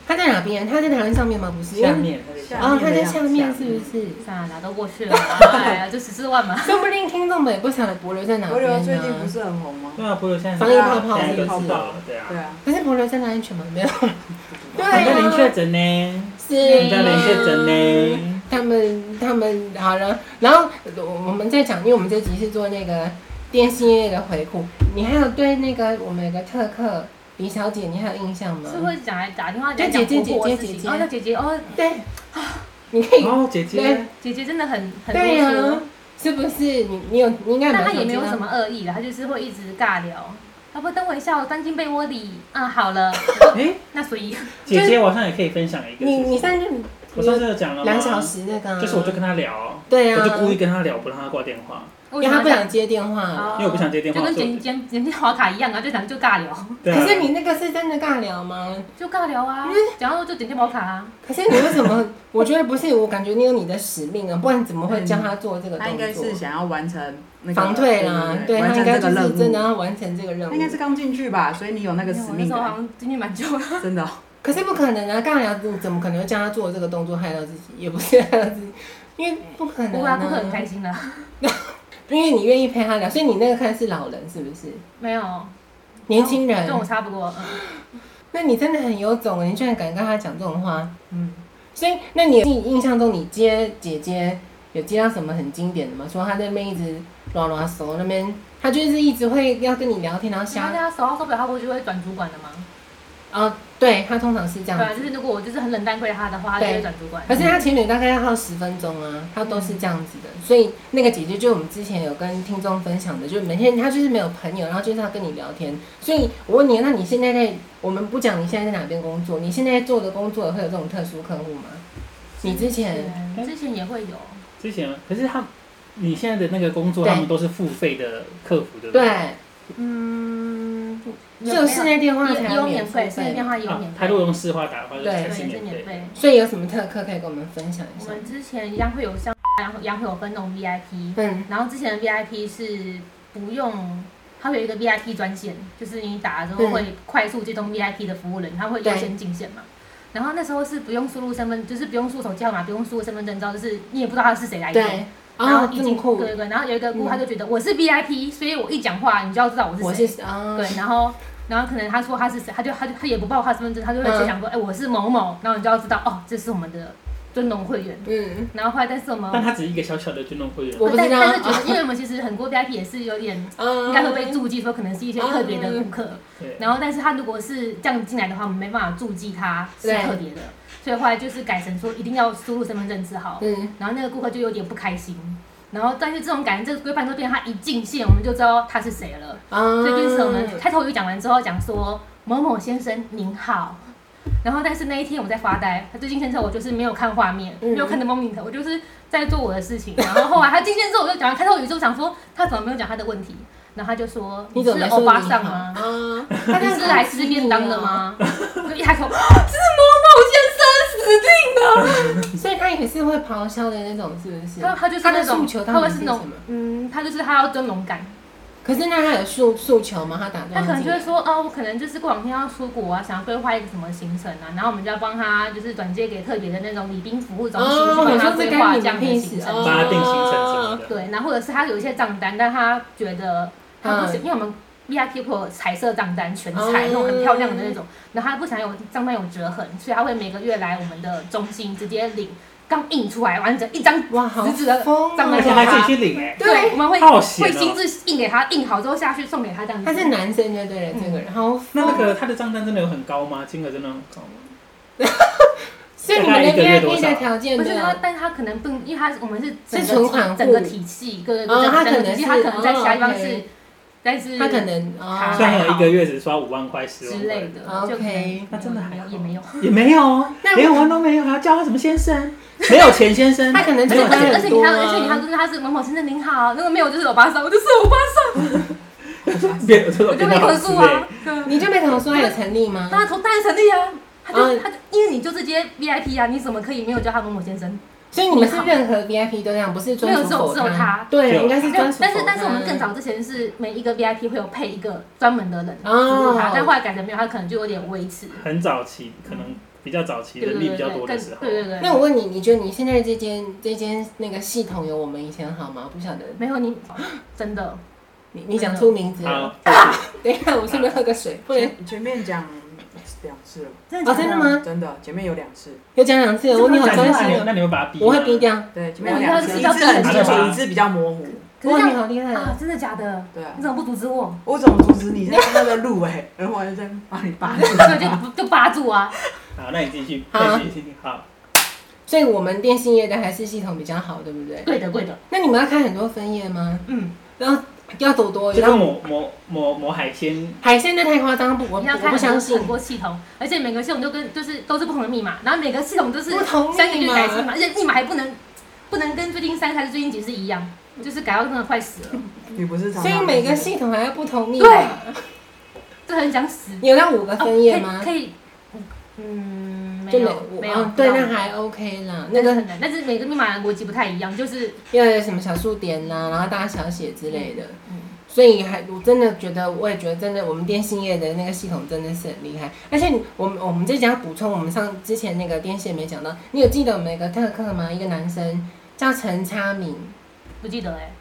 Speaker 1: 他在哪边？啊他在台湾上面吗？不是，因
Speaker 2: 下
Speaker 1: 为
Speaker 2: 面，
Speaker 4: 下
Speaker 1: 哦，他在下面
Speaker 4: 下面
Speaker 1: 是不是？
Speaker 3: 算了，都过去了， 哎呀，就十四万嘛。
Speaker 1: 说不定听众们也不晓得博流在哪
Speaker 4: 我
Speaker 1: 边
Speaker 4: 觉得
Speaker 1: 呢、
Speaker 4: 最近不是很红吗？
Speaker 2: 对啊，博流现在
Speaker 1: 啊防疫泡泡
Speaker 2: 现在
Speaker 1: 是
Speaker 2: 都
Speaker 1: 不
Speaker 2: 知
Speaker 1: 是？
Speaker 2: 道了，对
Speaker 4: 对
Speaker 2: 啊，
Speaker 4: 啊，
Speaker 1: 可是博流真的安全吗？没有， 对
Speaker 2: 很多零确
Speaker 1: 啊，
Speaker 2: 诊呢，
Speaker 1: 是
Speaker 2: 很多零确诊呢，
Speaker 1: 他们他们好了，然后我我们在讲，因为我们这集是做那个电信业的回顾，你还有对那个我们有个特客李小姐，你还有印象吗？
Speaker 3: 是会讲来打电话
Speaker 1: 对
Speaker 3: 来讲
Speaker 1: 姐姐
Speaker 3: 婆婆的
Speaker 1: 姐
Speaker 3: 事
Speaker 1: 姐
Speaker 3: 情，哦，叫姐姐哦，
Speaker 1: 对，你可以
Speaker 2: 哦，姐
Speaker 1: 对
Speaker 2: 姐，
Speaker 3: 姐姐真的很很
Speaker 1: 对呀、
Speaker 3: 啰嗦，
Speaker 1: 是不是？你你有你应该
Speaker 3: 但她
Speaker 1: 没有
Speaker 3: 啊也没有
Speaker 1: 手机啊
Speaker 3: 什么恶意的，她就是会一直尬聊。老婆，等我一下，我钻进被窝里。啊，好了， 哦
Speaker 2: 哎，
Speaker 3: 那 所以
Speaker 2: 姐姐，我好像也可以分享一个，
Speaker 1: 你你
Speaker 2: 上，
Speaker 1: 上次
Speaker 2: 我上次有讲了吗
Speaker 1: 两小，时那个啊、
Speaker 2: 就是我就跟她聊，
Speaker 1: 对啊，
Speaker 2: 我就故意跟她聊，不让她挂电话，
Speaker 1: 因为他不想接电话、
Speaker 3: 哦
Speaker 2: 因为我不想接电话
Speaker 3: 就跟
Speaker 2: 所以
Speaker 3: 剪剪剪电话卡一样啊，就想就尬聊，
Speaker 2: 对啊，
Speaker 1: 可是你那个是真的尬聊吗？
Speaker 3: 就尬聊啊，
Speaker 1: 嗯
Speaker 3: 然后就剪电话卡啊。
Speaker 1: 可是你为什么？我觉得不是，我感觉你有你的使命啊，不然怎么会叫他做这个动作？
Speaker 4: 他应该是想要完成那个
Speaker 1: 防退啦，对
Speaker 4: 完
Speaker 1: 他应
Speaker 4: 成
Speaker 1: 该
Speaker 4: 这
Speaker 1: 就
Speaker 4: 个任
Speaker 1: 是真的
Speaker 4: 务。
Speaker 1: 要完成这个任
Speaker 4: 他应该
Speaker 1: 务
Speaker 4: 是。刚进去吧，所以你有那个使
Speaker 3: 我那
Speaker 4: 命
Speaker 3: 时候好
Speaker 4: 感，
Speaker 3: 像进去蛮久了，
Speaker 4: 真的哦。
Speaker 1: 可是不可能啊！尬聊你怎么可能会叫他做这个
Speaker 4: 啊
Speaker 3: 啊
Speaker 1: 动作害到自己？也不是害到自己，因为不可能、啊
Speaker 3: 不过她不可很开心了。
Speaker 1: 因为你愿意陪他聊，所以你那个看是老人是不是？
Speaker 3: 没有
Speaker 1: 年轻
Speaker 4: 哦
Speaker 1: 人
Speaker 3: 跟，我差不多，嗯
Speaker 1: 那你真的很有种，欸你居然敢跟他讲这种话。
Speaker 4: 嗯，
Speaker 1: 所以，那你你印象中你接姐姐有接到什么很经典的吗？说她那边一直乱乱手那边，她就是一直会要跟你聊天，然后
Speaker 3: 然后
Speaker 1: 瞎
Speaker 3: 大。家手到手表，他不就会转主管的吗？
Speaker 1: 哦，对，她通常是这样
Speaker 3: 对啊，
Speaker 1: 子。
Speaker 3: 就是如果我就是很冷淡对他的话，他就
Speaker 1: 对
Speaker 3: 会转主管。
Speaker 1: 可是她情侣大概要耗十分钟啊，她都是这样子
Speaker 3: 嗯
Speaker 1: 的。所以那个姐姐就我们之前有跟听众分享的，就每天她就是没有朋友，然后就是要跟你聊天。所以我问你，那你现在在我们不讲你现在在哪边工作，你现在做的工作会有这种特殊客户吗？你之前
Speaker 3: 对之前也会有，
Speaker 2: 之前可是他，你现在的那个工作，
Speaker 1: 对
Speaker 2: 他们都是付费的客服，对不
Speaker 1: 对，
Speaker 3: 嗯，
Speaker 1: 就室内电话才
Speaker 3: 也有免费，室
Speaker 1: 付
Speaker 3: 内
Speaker 1: 费
Speaker 3: 电话也有
Speaker 2: 啊
Speaker 3: 免，
Speaker 2: 他
Speaker 3: 费
Speaker 2: 如，果用市话打的话，就
Speaker 1: 对啊
Speaker 2: 才
Speaker 3: 对，
Speaker 2: 是
Speaker 3: 是
Speaker 2: 免
Speaker 3: 免
Speaker 2: 费。
Speaker 3: 费。
Speaker 1: 所以有什么特课可以跟我们分享一
Speaker 3: 我
Speaker 1: 下？
Speaker 3: 们之前一样会有像，然后一样会有分那种 VIP，
Speaker 1: 嗯，
Speaker 3: 然后之前的 VIP 是不用，它会有一个 VIP 专线，就是你打了之
Speaker 1: 嗯
Speaker 3: 后会快速接通 VIP 的服务人，他会优先进线嘛。然后那时候是不用输入身份，就是不用输手机号码，不用输身份证照，就是你也不知道他是谁来的。
Speaker 1: 对，
Speaker 3: 然
Speaker 1: 啊
Speaker 3: 后，已
Speaker 1: 这
Speaker 3: 经
Speaker 1: 么酷
Speaker 3: 对，对对，然后有一个顾
Speaker 1: 嗯
Speaker 3: 客他就觉得我是 VIP，、所以我一讲话你就要知道我
Speaker 1: 我
Speaker 3: 是谁。
Speaker 1: 是啊，
Speaker 3: 对，然后然后可能他说他是谁，他就他就他也不报他身份证，他就会
Speaker 1: 嗯
Speaker 3: 先想说，哎、我是某某，然后你就要知道哦，这是我们的尊龙会员。
Speaker 1: 嗯，
Speaker 3: 然后后来但是我们
Speaker 2: 但他只是一个小小的军容会员，
Speaker 1: 我不
Speaker 3: 但
Speaker 1: 知道
Speaker 3: 但是觉得，因为我们其实很多 VIP 也是有点
Speaker 1: 嗯
Speaker 3: 应该会被注记，说可能是一些特别的顾客。
Speaker 2: 对，
Speaker 3: 然后，但是他如果是这样进来的话，我们没办法注记他是
Speaker 1: 对
Speaker 3: 特别的，所以后来就是改成说一定要输入身份证字号。
Speaker 1: 嗯，
Speaker 3: 然后那个顾客就有点不开心。然后，但是这种感这个规范都变，他一进线我们就知道他是谁了。
Speaker 1: 啊，
Speaker 3: 所以就是我们开头语讲完之后讲说某某先生您好，然后但是那一天我在发呆，他最近线之后我就是没有看画面，
Speaker 1: 嗯
Speaker 3: 没有看着 monitor，我就是在做我的事情。然后后来他进线之后，我就讲完开头语之后想说他怎么没有讲他的问题，然后他就说
Speaker 1: 你怎么
Speaker 3: 是
Speaker 1: 没说
Speaker 3: 欧
Speaker 1: 你
Speaker 3: 巴桑
Speaker 1: 好
Speaker 3: 吗？
Speaker 1: 啊，
Speaker 3: 他
Speaker 1: 这
Speaker 3: 是来吃便当
Speaker 1: 啊
Speaker 3: 的？吗？就一抬头，是某某先生死定了。
Speaker 1: 所以他也是会咆哮的那种，是不是？
Speaker 3: 他他就是
Speaker 1: 他
Speaker 3: 那
Speaker 1: 的
Speaker 3: 种
Speaker 1: 诉求，
Speaker 3: 他
Speaker 1: 到
Speaker 3: 会
Speaker 1: 底
Speaker 3: 是
Speaker 1: 是
Speaker 3: 那种
Speaker 1: 什么？
Speaker 3: 嗯，他就是他要尊荣感，
Speaker 1: 可是那他有诉诉求吗？他打断
Speaker 3: 他可能就
Speaker 1: 进来
Speaker 3: 会说，哦，我可能就是过两天要出国啊，想要规划一个什么行程啊，然后我们就要帮他就是转接给特别的那种礼宾服务中心，
Speaker 1: 哦
Speaker 3: 去帮
Speaker 1: 我
Speaker 3: 他
Speaker 1: 说这
Speaker 3: 规
Speaker 1: 干
Speaker 3: 划
Speaker 1: 你
Speaker 3: 这样
Speaker 1: 屁
Speaker 3: 的
Speaker 1: 事
Speaker 3: 行程。
Speaker 1: 哦
Speaker 2: 帮他定行程什么的。
Speaker 3: 对，然后或者是他有一些账单，但他觉得他不想，
Speaker 1: 嗯
Speaker 3: 因为我们 VIP 会有彩色账单，全彩、
Speaker 1: 哦
Speaker 3: 那种很漂亮的那种，然后他不想有账单有折痕，所以他会每个月来我们的中心直接领，刚印出来完整一张
Speaker 1: 哇，好
Speaker 3: 直直的
Speaker 1: 疯
Speaker 3: 张
Speaker 2: 而
Speaker 1: 哦！
Speaker 3: 开
Speaker 2: 且还自己去领哎、
Speaker 3: 对，我们会
Speaker 2: 他好闲哦
Speaker 3: 会亲自印给他，印好之后下去送给他这样子。
Speaker 1: 他是男生就对了，这
Speaker 3: 嗯
Speaker 1: 个人好
Speaker 2: 那
Speaker 1: 疯。
Speaker 2: 那个他的账单真的有很高吗？金额真的很高吗？
Speaker 1: 所以你们的
Speaker 2: 大概一个月多
Speaker 1: VIP
Speaker 2: 少
Speaker 1: 的条件
Speaker 3: 不
Speaker 1: 没
Speaker 3: 是
Speaker 1: 有
Speaker 3: 他，但是他可能不，因为他我们是整个
Speaker 1: 是存款户
Speaker 3: 整个体系，对对
Speaker 1: 哦
Speaker 3: 对，
Speaker 1: 他
Speaker 3: 整
Speaker 1: 可
Speaker 3: 个
Speaker 1: 能
Speaker 3: 体系，
Speaker 1: 是
Speaker 3: 他可能在其他
Speaker 1: 哦
Speaker 3: 地方
Speaker 1: ，OK
Speaker 3: 是，但是
Speaker 1: 他可能
Speaker 3: 还
Speaker 1: 啊
Speaker 3: 好
Speaker 2: 虽然有一个月只刷五万块、十万
Speaker 3: 之类
Speaker 2: 块，
Speaker 3: 的就可能
Speaker 1: ，OK，
Speaker 2: 哦那真的还好
Speaker 3: 也没有。
Speaker 2: 也没有哦，
Speaker 1: 那我
Speaker 2: 连我都没有，还要叫他什么先生？没有钱先 生，
Speaker 1: 他可能
Speaker 2: 没
Speaker 1: 就 是
Speaker 2: 有钱
Speaker 1: 很
Speaker 3: 而且你还有，
Speaker 1: 多啊
Speaker 3: 而且你还有，就是他是某某先生您好，如果没有啊就是欧巴桑，我就是欧巴桑，
Speaker 2: 变，我就
Speaker 3: 我
Speaker 2: 说
Speaker 3: 就
Speaker 2: 变
Speaker 3: 没
Speaker 2: 得好
Speaker 3: 投
Speaker 2: 吃
Speaker 3: 诉
Speaker 2: 哎
Speaker 3: 啊。。 对
Speaker 1: 你就没跟我说他有成立吗？
Speaker 3: 那投当然成立啊，他就
Speaker 1: 嗯
Speaker 3: 他就因为你就是接 VIP 啊，你怎么可以没有叫他某某先生？
Speaker 1: 所以你们是任何 VIP 都这样，不是专属
Speaker 3: 没有只有
Speaker 1: 否
Speaker 3: 只有他
Speaker 1: 对，
Speaker 2: 对
Speaker 1: 应该是
Speaker 3: 没有
Speaker 1: 专属。
Speaker 3: 但是但是我们更，早之前是每一个 VIP 会有配一个专门的人服
Speaker 1: 哦
Speaker 3: 务他，但后来改成没有，他可能就有点维持。
Speaker 2: 很早期，可能比较早期
Speaker 3: 对对
Speaker 2: 人
Speaker 3: 对
Speaker 2: 力比较多
Speaker 3: 更
Speaker 2: 的时候
Speaker 3: 对，对对。
Speaker 1: 那我问你，你觉得你现在这间这间那个系统有我们以前好吗？不晓得，
Speaker 3: 没有你，真的
Speaker 1: 你你讲出名字了。
Speaker 2: 好，
Speaker 1: 等一下，我顺便喝个水，不然
Speaker 4: 前前面讲两次了，
Speaker 3: 真
Speaker 1: 哦真的吗？
Speaker 4: 真的，前面有两次，
Speaker 1: 有讲两次了，
Speaker 3: 这
Speaker 1: 我
Speaker 3: 个
Speaker 1: 你好
Speaker 2: 那
Speaker 1: 专
Speaker 2: 你那你
Speaker 1: 心
Speaker 2: 那
Speaker 1: 哦，
Speaker 2: 你会把它逼吗？
Speaker 1: 我会逼掉。
Speaker 4: 对，前面有
Speaker 3: 我要
Speaker 4: 两
Speaker 3: 是
Speaker 4: 次，一
Speaker 3: 要
Speaker 4: 次很
Speaker 3: 比
Speaker 4: 清
Speaker 2: 很久
Speaker 4: 楚，一次比较模糊。
Speaker 3: 可是
Speaker 1: 哇，
Speaker 3: 这
Speaker 1: 你
Speaker 3: 样
Speaker 1: 好厉害
Speaker 3: 啊
Speaker 1: 哦！，
Speaker 3: 真的假的？
Speaker 4: 对啊
Speaker 3: 你，怎么不阻止我？
Speaker 4: 我怎么阻止你在那个路哎、 然后我就在帮你 拔。
Speaker 3: 所以就就扒住啊！
Speaker 2: 好，那你继续，
Speaker 1: 好啊
Speaker 2: 那你继续，好，
Speaker 1: 所以我们电信业的还是系统比较好，对不对？
Speaker 3: 对的，对的，
Speaker 1: 那你们要开很多分页吗？
Speaker 3: 嗯，
Speaker 1: 然后要走多
Speaker 2: 就
Speaker 1: 远？
Speaker 2: 跟我抹抹抹海鲜，
Speaker 1: 海鲜那太夸张，不，我
Speaker 3: 嗯你要
Speaker 1: 我
Speaker 3: 看
Speaker 1: 不
Speaker 3: 很
Speaker 1: 相
Speaker 3: 多
Speaker 1: 信
Speaker 3: 很。多系统，而且每个系统都跟就是都是不同的密码，然后每个系统都是
Speaker 1: 不同密码
Speaker 3: 三个月改一次密码，而且密码还不能不能跟最近三还是最近几是一样，就是改到真的快死了，
Speaker 4: 你不是常
Speaker 1: 所
Speaker 3: 啊
Speaker 4: 常
Speaker 1: 以每个系统还要不同密码。
Speaker 3: 对这很想死。
Speaker 1: 你有那五个
Speaker 3: 哦
Speaker 1: 分页吗？
Speaker 3: 可以，可以嗯，没
Speaker 1: 就每
Speaker 3: 有
Speaker 1: 五
Speaker 3: 没有
Speaker 1: 哦，，对，
Speaker 3: 不知
Speaker 1: 那
Speaker 3: 道
Speaker 1: 还 OK 啦。那
Speaker 3: 那个
Speaker 1: 个
Speaker 3: 很难，但是每个密码的逻辑不太一样，就是
Speaker 1: 要有什么小数点啦、然后大小写之类的。
Speaker 3: 嗯
Speaker 1: 所以还我真的觉得，我也觉得真的，我们电信业的那个系统真的是很厉害。而且我们我们这讲要补充，我们上之前那个电信也没讲到，你有记得我们有个特课吗？一个男生叫陈差明
Speaker 3: 不记得哎、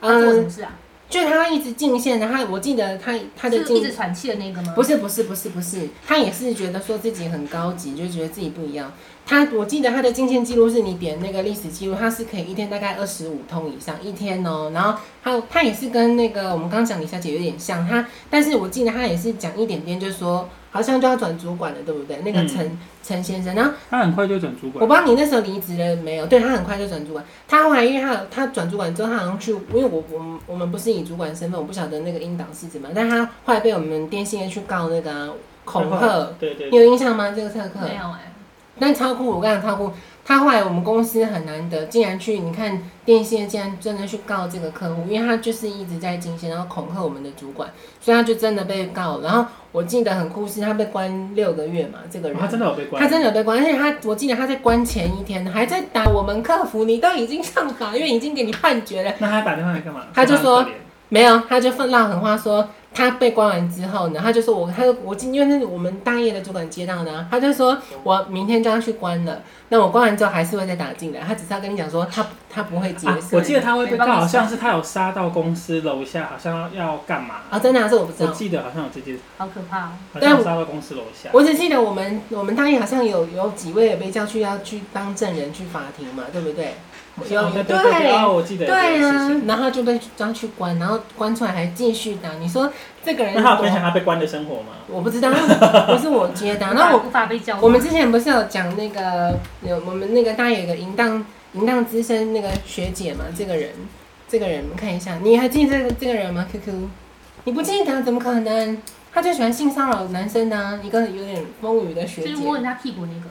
Speaker 1: 啊、
Speaker 3: 他做什
Speaker 1: 嗯
Speaker 3: 么，事啊？
Speaker 1: 就他一直进线，然后我记得他他的
Speaker 3: 是一
Speaker 1: 进
Speaker 3: 直喘气的那个吗？
Speaker 1: 不是不是不是不是，他也是觉得说自己很高级，就觉得自己不一样。他我记得他的进线记录是你点那个历史记录，他是可以一天大概二十五通以上一天哦。然后还有他也是跟那个我们刚刚讲李小姐有点像，他但是我记得他也是讲一点点，就是说好像就要转主管了，对不对？那个
Speaker 2: 嗯
Speaker 1: 陈陈、先生，然后
Speaker 2: 他很快就转主
Speaker 1: 我
Speaker 2: 管
Speaker 1: 不，知道你那时候离职了没有？对他很快就转主管，他后来因为他他转主管之后，他好像去，因为我我们我们不是以主管身份，我不晓得那个音档是怎么样，但他后来被我们电信业去告那个啊、恐 吓，
Speaker 2: 对对
Speaker 1: 你
Speaker 2: 对，
Speaker 1: 有印象吗？这个特课
Speaker 3: 没有哎、
Speaker 1: 但超酷，我跟你讲超酷，他后来我们公司很难得，竟然去你看电信业竟然真的去告这个客户，因为他就是一直在进线，然后恐吓我们的主管，所以他就真的被告。然后我记得很酷是，他被关六个月嘛，这个人、
Speaker 2: 哦他真的有被关，
Speaker 1: 他真的有被关，而且他我记得他在关前一天还在打我们客服，你都已经上法院，已经给你判决了。
Speaker 2: 那他打电话来干嘛？
Speaker 1: 他就说
Speaker 2: 干嘛很可怜
Speaker 1: 没有，他就放浪狠话说他被关完之后呢，他就说我他就我今因为那是我们大业的主管接到呢，他就说我明天就要去关了，那我关完之后还是会再打进来，他只是要跟你讲说他他不会结
Speaker 2: 啊
Speaker 1: 束。
Speaker 2: 我记得他会被告，
Speaker 3: 没办法
Speaker 2: 好像是他有杀到公司楼下，好像要干嘛？
Speaker 1: 啊，真的、啊、是我不知
Speaker 2: 我
Speaker 1: 道。
Speaker 2: 记得好像有这件，
Speaker 3: 好可怕、哦。
Speaker 2: 好像
Speaker 1: 但
Speaker 2: 杀到公司楼下。
Speaker 1: 我只记得我们我们大业好像有有几位也被叫去要去当证人去法庭嘛，对不对？有
Speaker 2: 哦对对对对，哦，我记得有这
Speaker 1: 对
Speaker 2: 件事
Speaker 1: 啊
Speaker 2: 情。，
Speaker 1: 然后就被抓去关，然后关出来还继续打。你说这个人
Speaker 2: 那他有分享
Speaker 1: 多？
Speaker 2: 他被关的生活吗？
Speaker 1: 我不知道， 不是我接 的。那我
Speaker 3: 无法被教育。
Speaker 1: 我们之前不是有讲那个，有我们那个大家有一个淫荡淫荡资深那个学姐嘛？这个人，这个人，我们看一下，你还记得这个这个人吗？QQ，你不记得怎么可能？他最喜欢性骚扰男生的、啊，一个有点风雨的学
Speaker 3: 就
Speaker 1: 姐。
Speaker 3: 是摸人家屁股那个，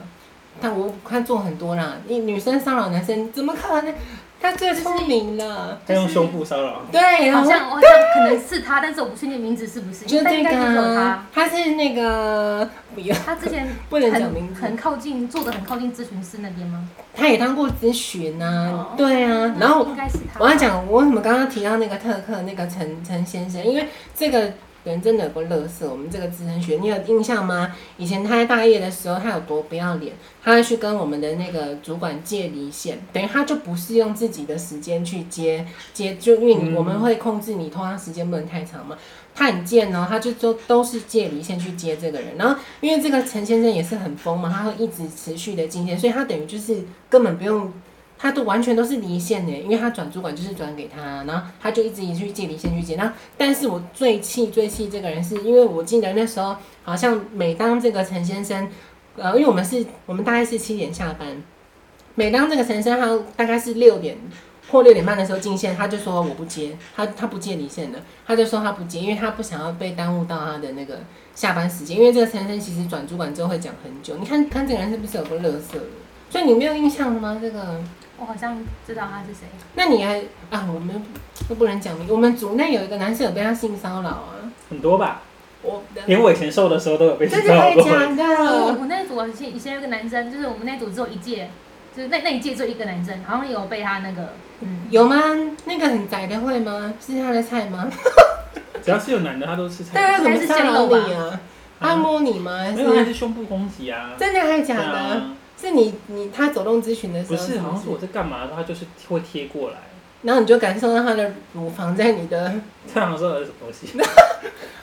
Speaker 1: 但我他做很多啦，你女生骚扰男生怎么可能？他最聪明了，
Speaker 2: 他用胸部骚扰。
Speaker 1: 对，然
Speaker 3: 好
Speaker 1: 后
Speaker 3: 像我好像可能是他，但是我不确定名字是不是，
Speaker 1: 哎就
Speaker 3: 但
Speaker 1: 这
Speaker 3: 应
Speaker 1: 个
Speaker 3: 该就是有
Speaker 1: 啊
Speaker 3: 他。，
Speaker 1: 他是那个不要，
Speaker 3: 他之前
Speaker 1: 不能讲名
Speaker 3: 很
Speaker 1: 字
Speaker 3: 很靠近，坐的很靠近咨询师那边吗？
Speaker 1: 他也当过咨询啊，
Speaker 3: 哦
Speaker 1: 对啊。然后
Speaker 3: 应该是他。
Speaker 1: 我要，讲，我为什么刚刚提到那个特克那个陈陈先生，因为这个人真的有个乐色。我们这个资深学，你有印象吗？以前他在大业的时候，他有多不要脸，他会去跟我们的那个主管借离线，等于他就不是用自己的时间去接接，就因为你、
Speaker 2: 嗯
Speaker 1: 我们会控制你通常时间不能太长嘛。他很贱哦，他就都都是借离线去接这个人，然后因为这个陈先生也是很疯嘛，他会一直持续的进线，所以他等于就是根本不用他都完全都是离线的，因为他转主管就是转给他，然后他就一直一直去借离线去借。那但是我最气最气这个人是，因为我记得那时候好像每当这个陈先生，呃，因为我们是我们大概是七点下班，每当这个陈先生他大概是六点或六点半的时候进线，他就说我不接，他他不接离线的，他就说他不接，因为他不想要被耽误到他的那个下班时间，因为这个陈先生其实转主管之后会讲很久。你看看这个人是不是有个乐色的？所以你没有印象吗？这个？
Speaker 3: 我好像知道他是谁。
Speaker 1: 那你还啊？我们都不能讲名。我们组内有一个男生有被他性骚扰啊，
Speaker 2: 很多吧，
Speaker 1: 我
Speaker 2: 连我以前瘦的时候都有被
Speaker 1: 这是
Speaker 2: 骚扰
Speaker 1: 可以
Speaker 2: 过。
Speaker 1: 讲
Speaker 3: 我
Speaker 1: 的。
Speaker 3: 我那一组以前以前有一个男生，就是我们那一组只有一届，就是那那一届只有一个男生，好像有被他那个，嗯，
Speaker 1: 有吗？那个很宅的会吗？是他的菜 吗？
Speaker 2: 只要是有男的，他都是
Speaker 1: 但
Speaker 2: 菜。
Speaker 1: 他怎么骚扰你啊？他摸你吗？还
Speaker 2: 没有，他
Speaker 1: 是
Speaker 2: 是胸部攻击啊。
Speaker 1: 真的还是假
Speaker 2: 对
Speaker 1: 的？
Speaker 2: 啊
Speaker 1: 是你你他走动咨询的时
Speaker 2: 不
Speaker 1: 候，
Speaker 2: 是，好像是我
Speaker 1: 不是
Speaker 2: 在干嘛，他就是会贴过来。
Speaker 1: 然后你就感受到他的乳房在你的
Speaker 2: 这样说呃是什么东 西？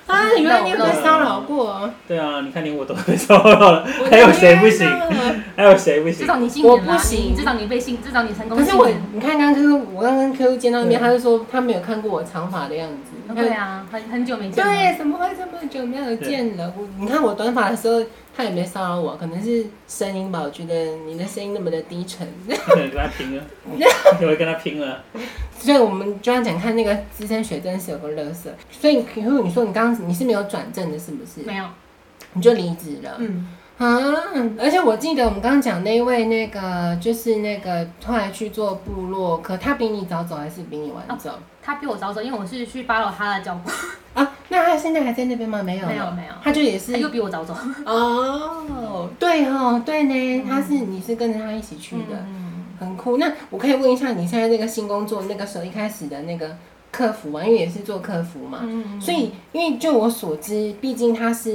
Speaker 1: 啊，原 来你有被
Speaker 2: 对
Speaker 1: 骚扰过，
Speaker 2: 对啊，你看连我都被骚扰 了，
Speaker 1: 我
Speaker 2: 还有哎谁不行
Speaker 1: 天哪
Speaker 2: 还有谁不行
Speaker 3: 至？少你幸运
Speaker 1: 我
Speaker 3: 啦，
Speaker 1: 不行
Speaker 3: 你至少你被幸，至少你成功
Speaker 1: 可
Speaker 3: 幸
Speaker 1: 是我嗯
Speaker 3: 运。，
Speaker 1: 你看刚刚 Q，我刚刚 Q 见到面，
Speaker 2: 对
Speaker 1: 他就说他没有看过我长发的样子。
Speaker 3: 对啊，很很久没见了。
Speaker 1: 对，怎么会这么久没有见了？我你看我短发的时候，他也没骚扰我，可能是声音吧。我觉得你的声音那么的低沉，
Speaker 2: 跟他拼 了，我会跟他拼了。
Speaker 1: 所以我们就要讲看那个资深学真是有个乐色。所以比如你说你刚刚你是没有转正的，是不是？
Speaker 3: 没有，
Speaker 1: 你就离职了。
Speaker 3: 嗯，
Speaker 1: 啊！而且我记得我们刚刚讲那一位，那个就是那个后来去做部落客，他比你早走还是比你晚走？
Speaker 3: 他比我早走，因为我是去 follow 他的脚步，
Speaker 1: 啊，那他现在还在那边吗？没有，
Speaker 3: 没有没有
Speaker 1: 他就也是
Speaker 3: 他又比我早走。
Speaker 1: 哦，对哦，对呢，他是你是跟着他一起去的，
Speaker 3: 嗯，
Speaker 1: 很酷。那我可以问一下，你现在那个新工作那个时候一开始的那个客服嘛，因为也是做客服嘛，
Speaker 3: 嗯，
Speaker 1: 所以，因为就我所知，毕竟他是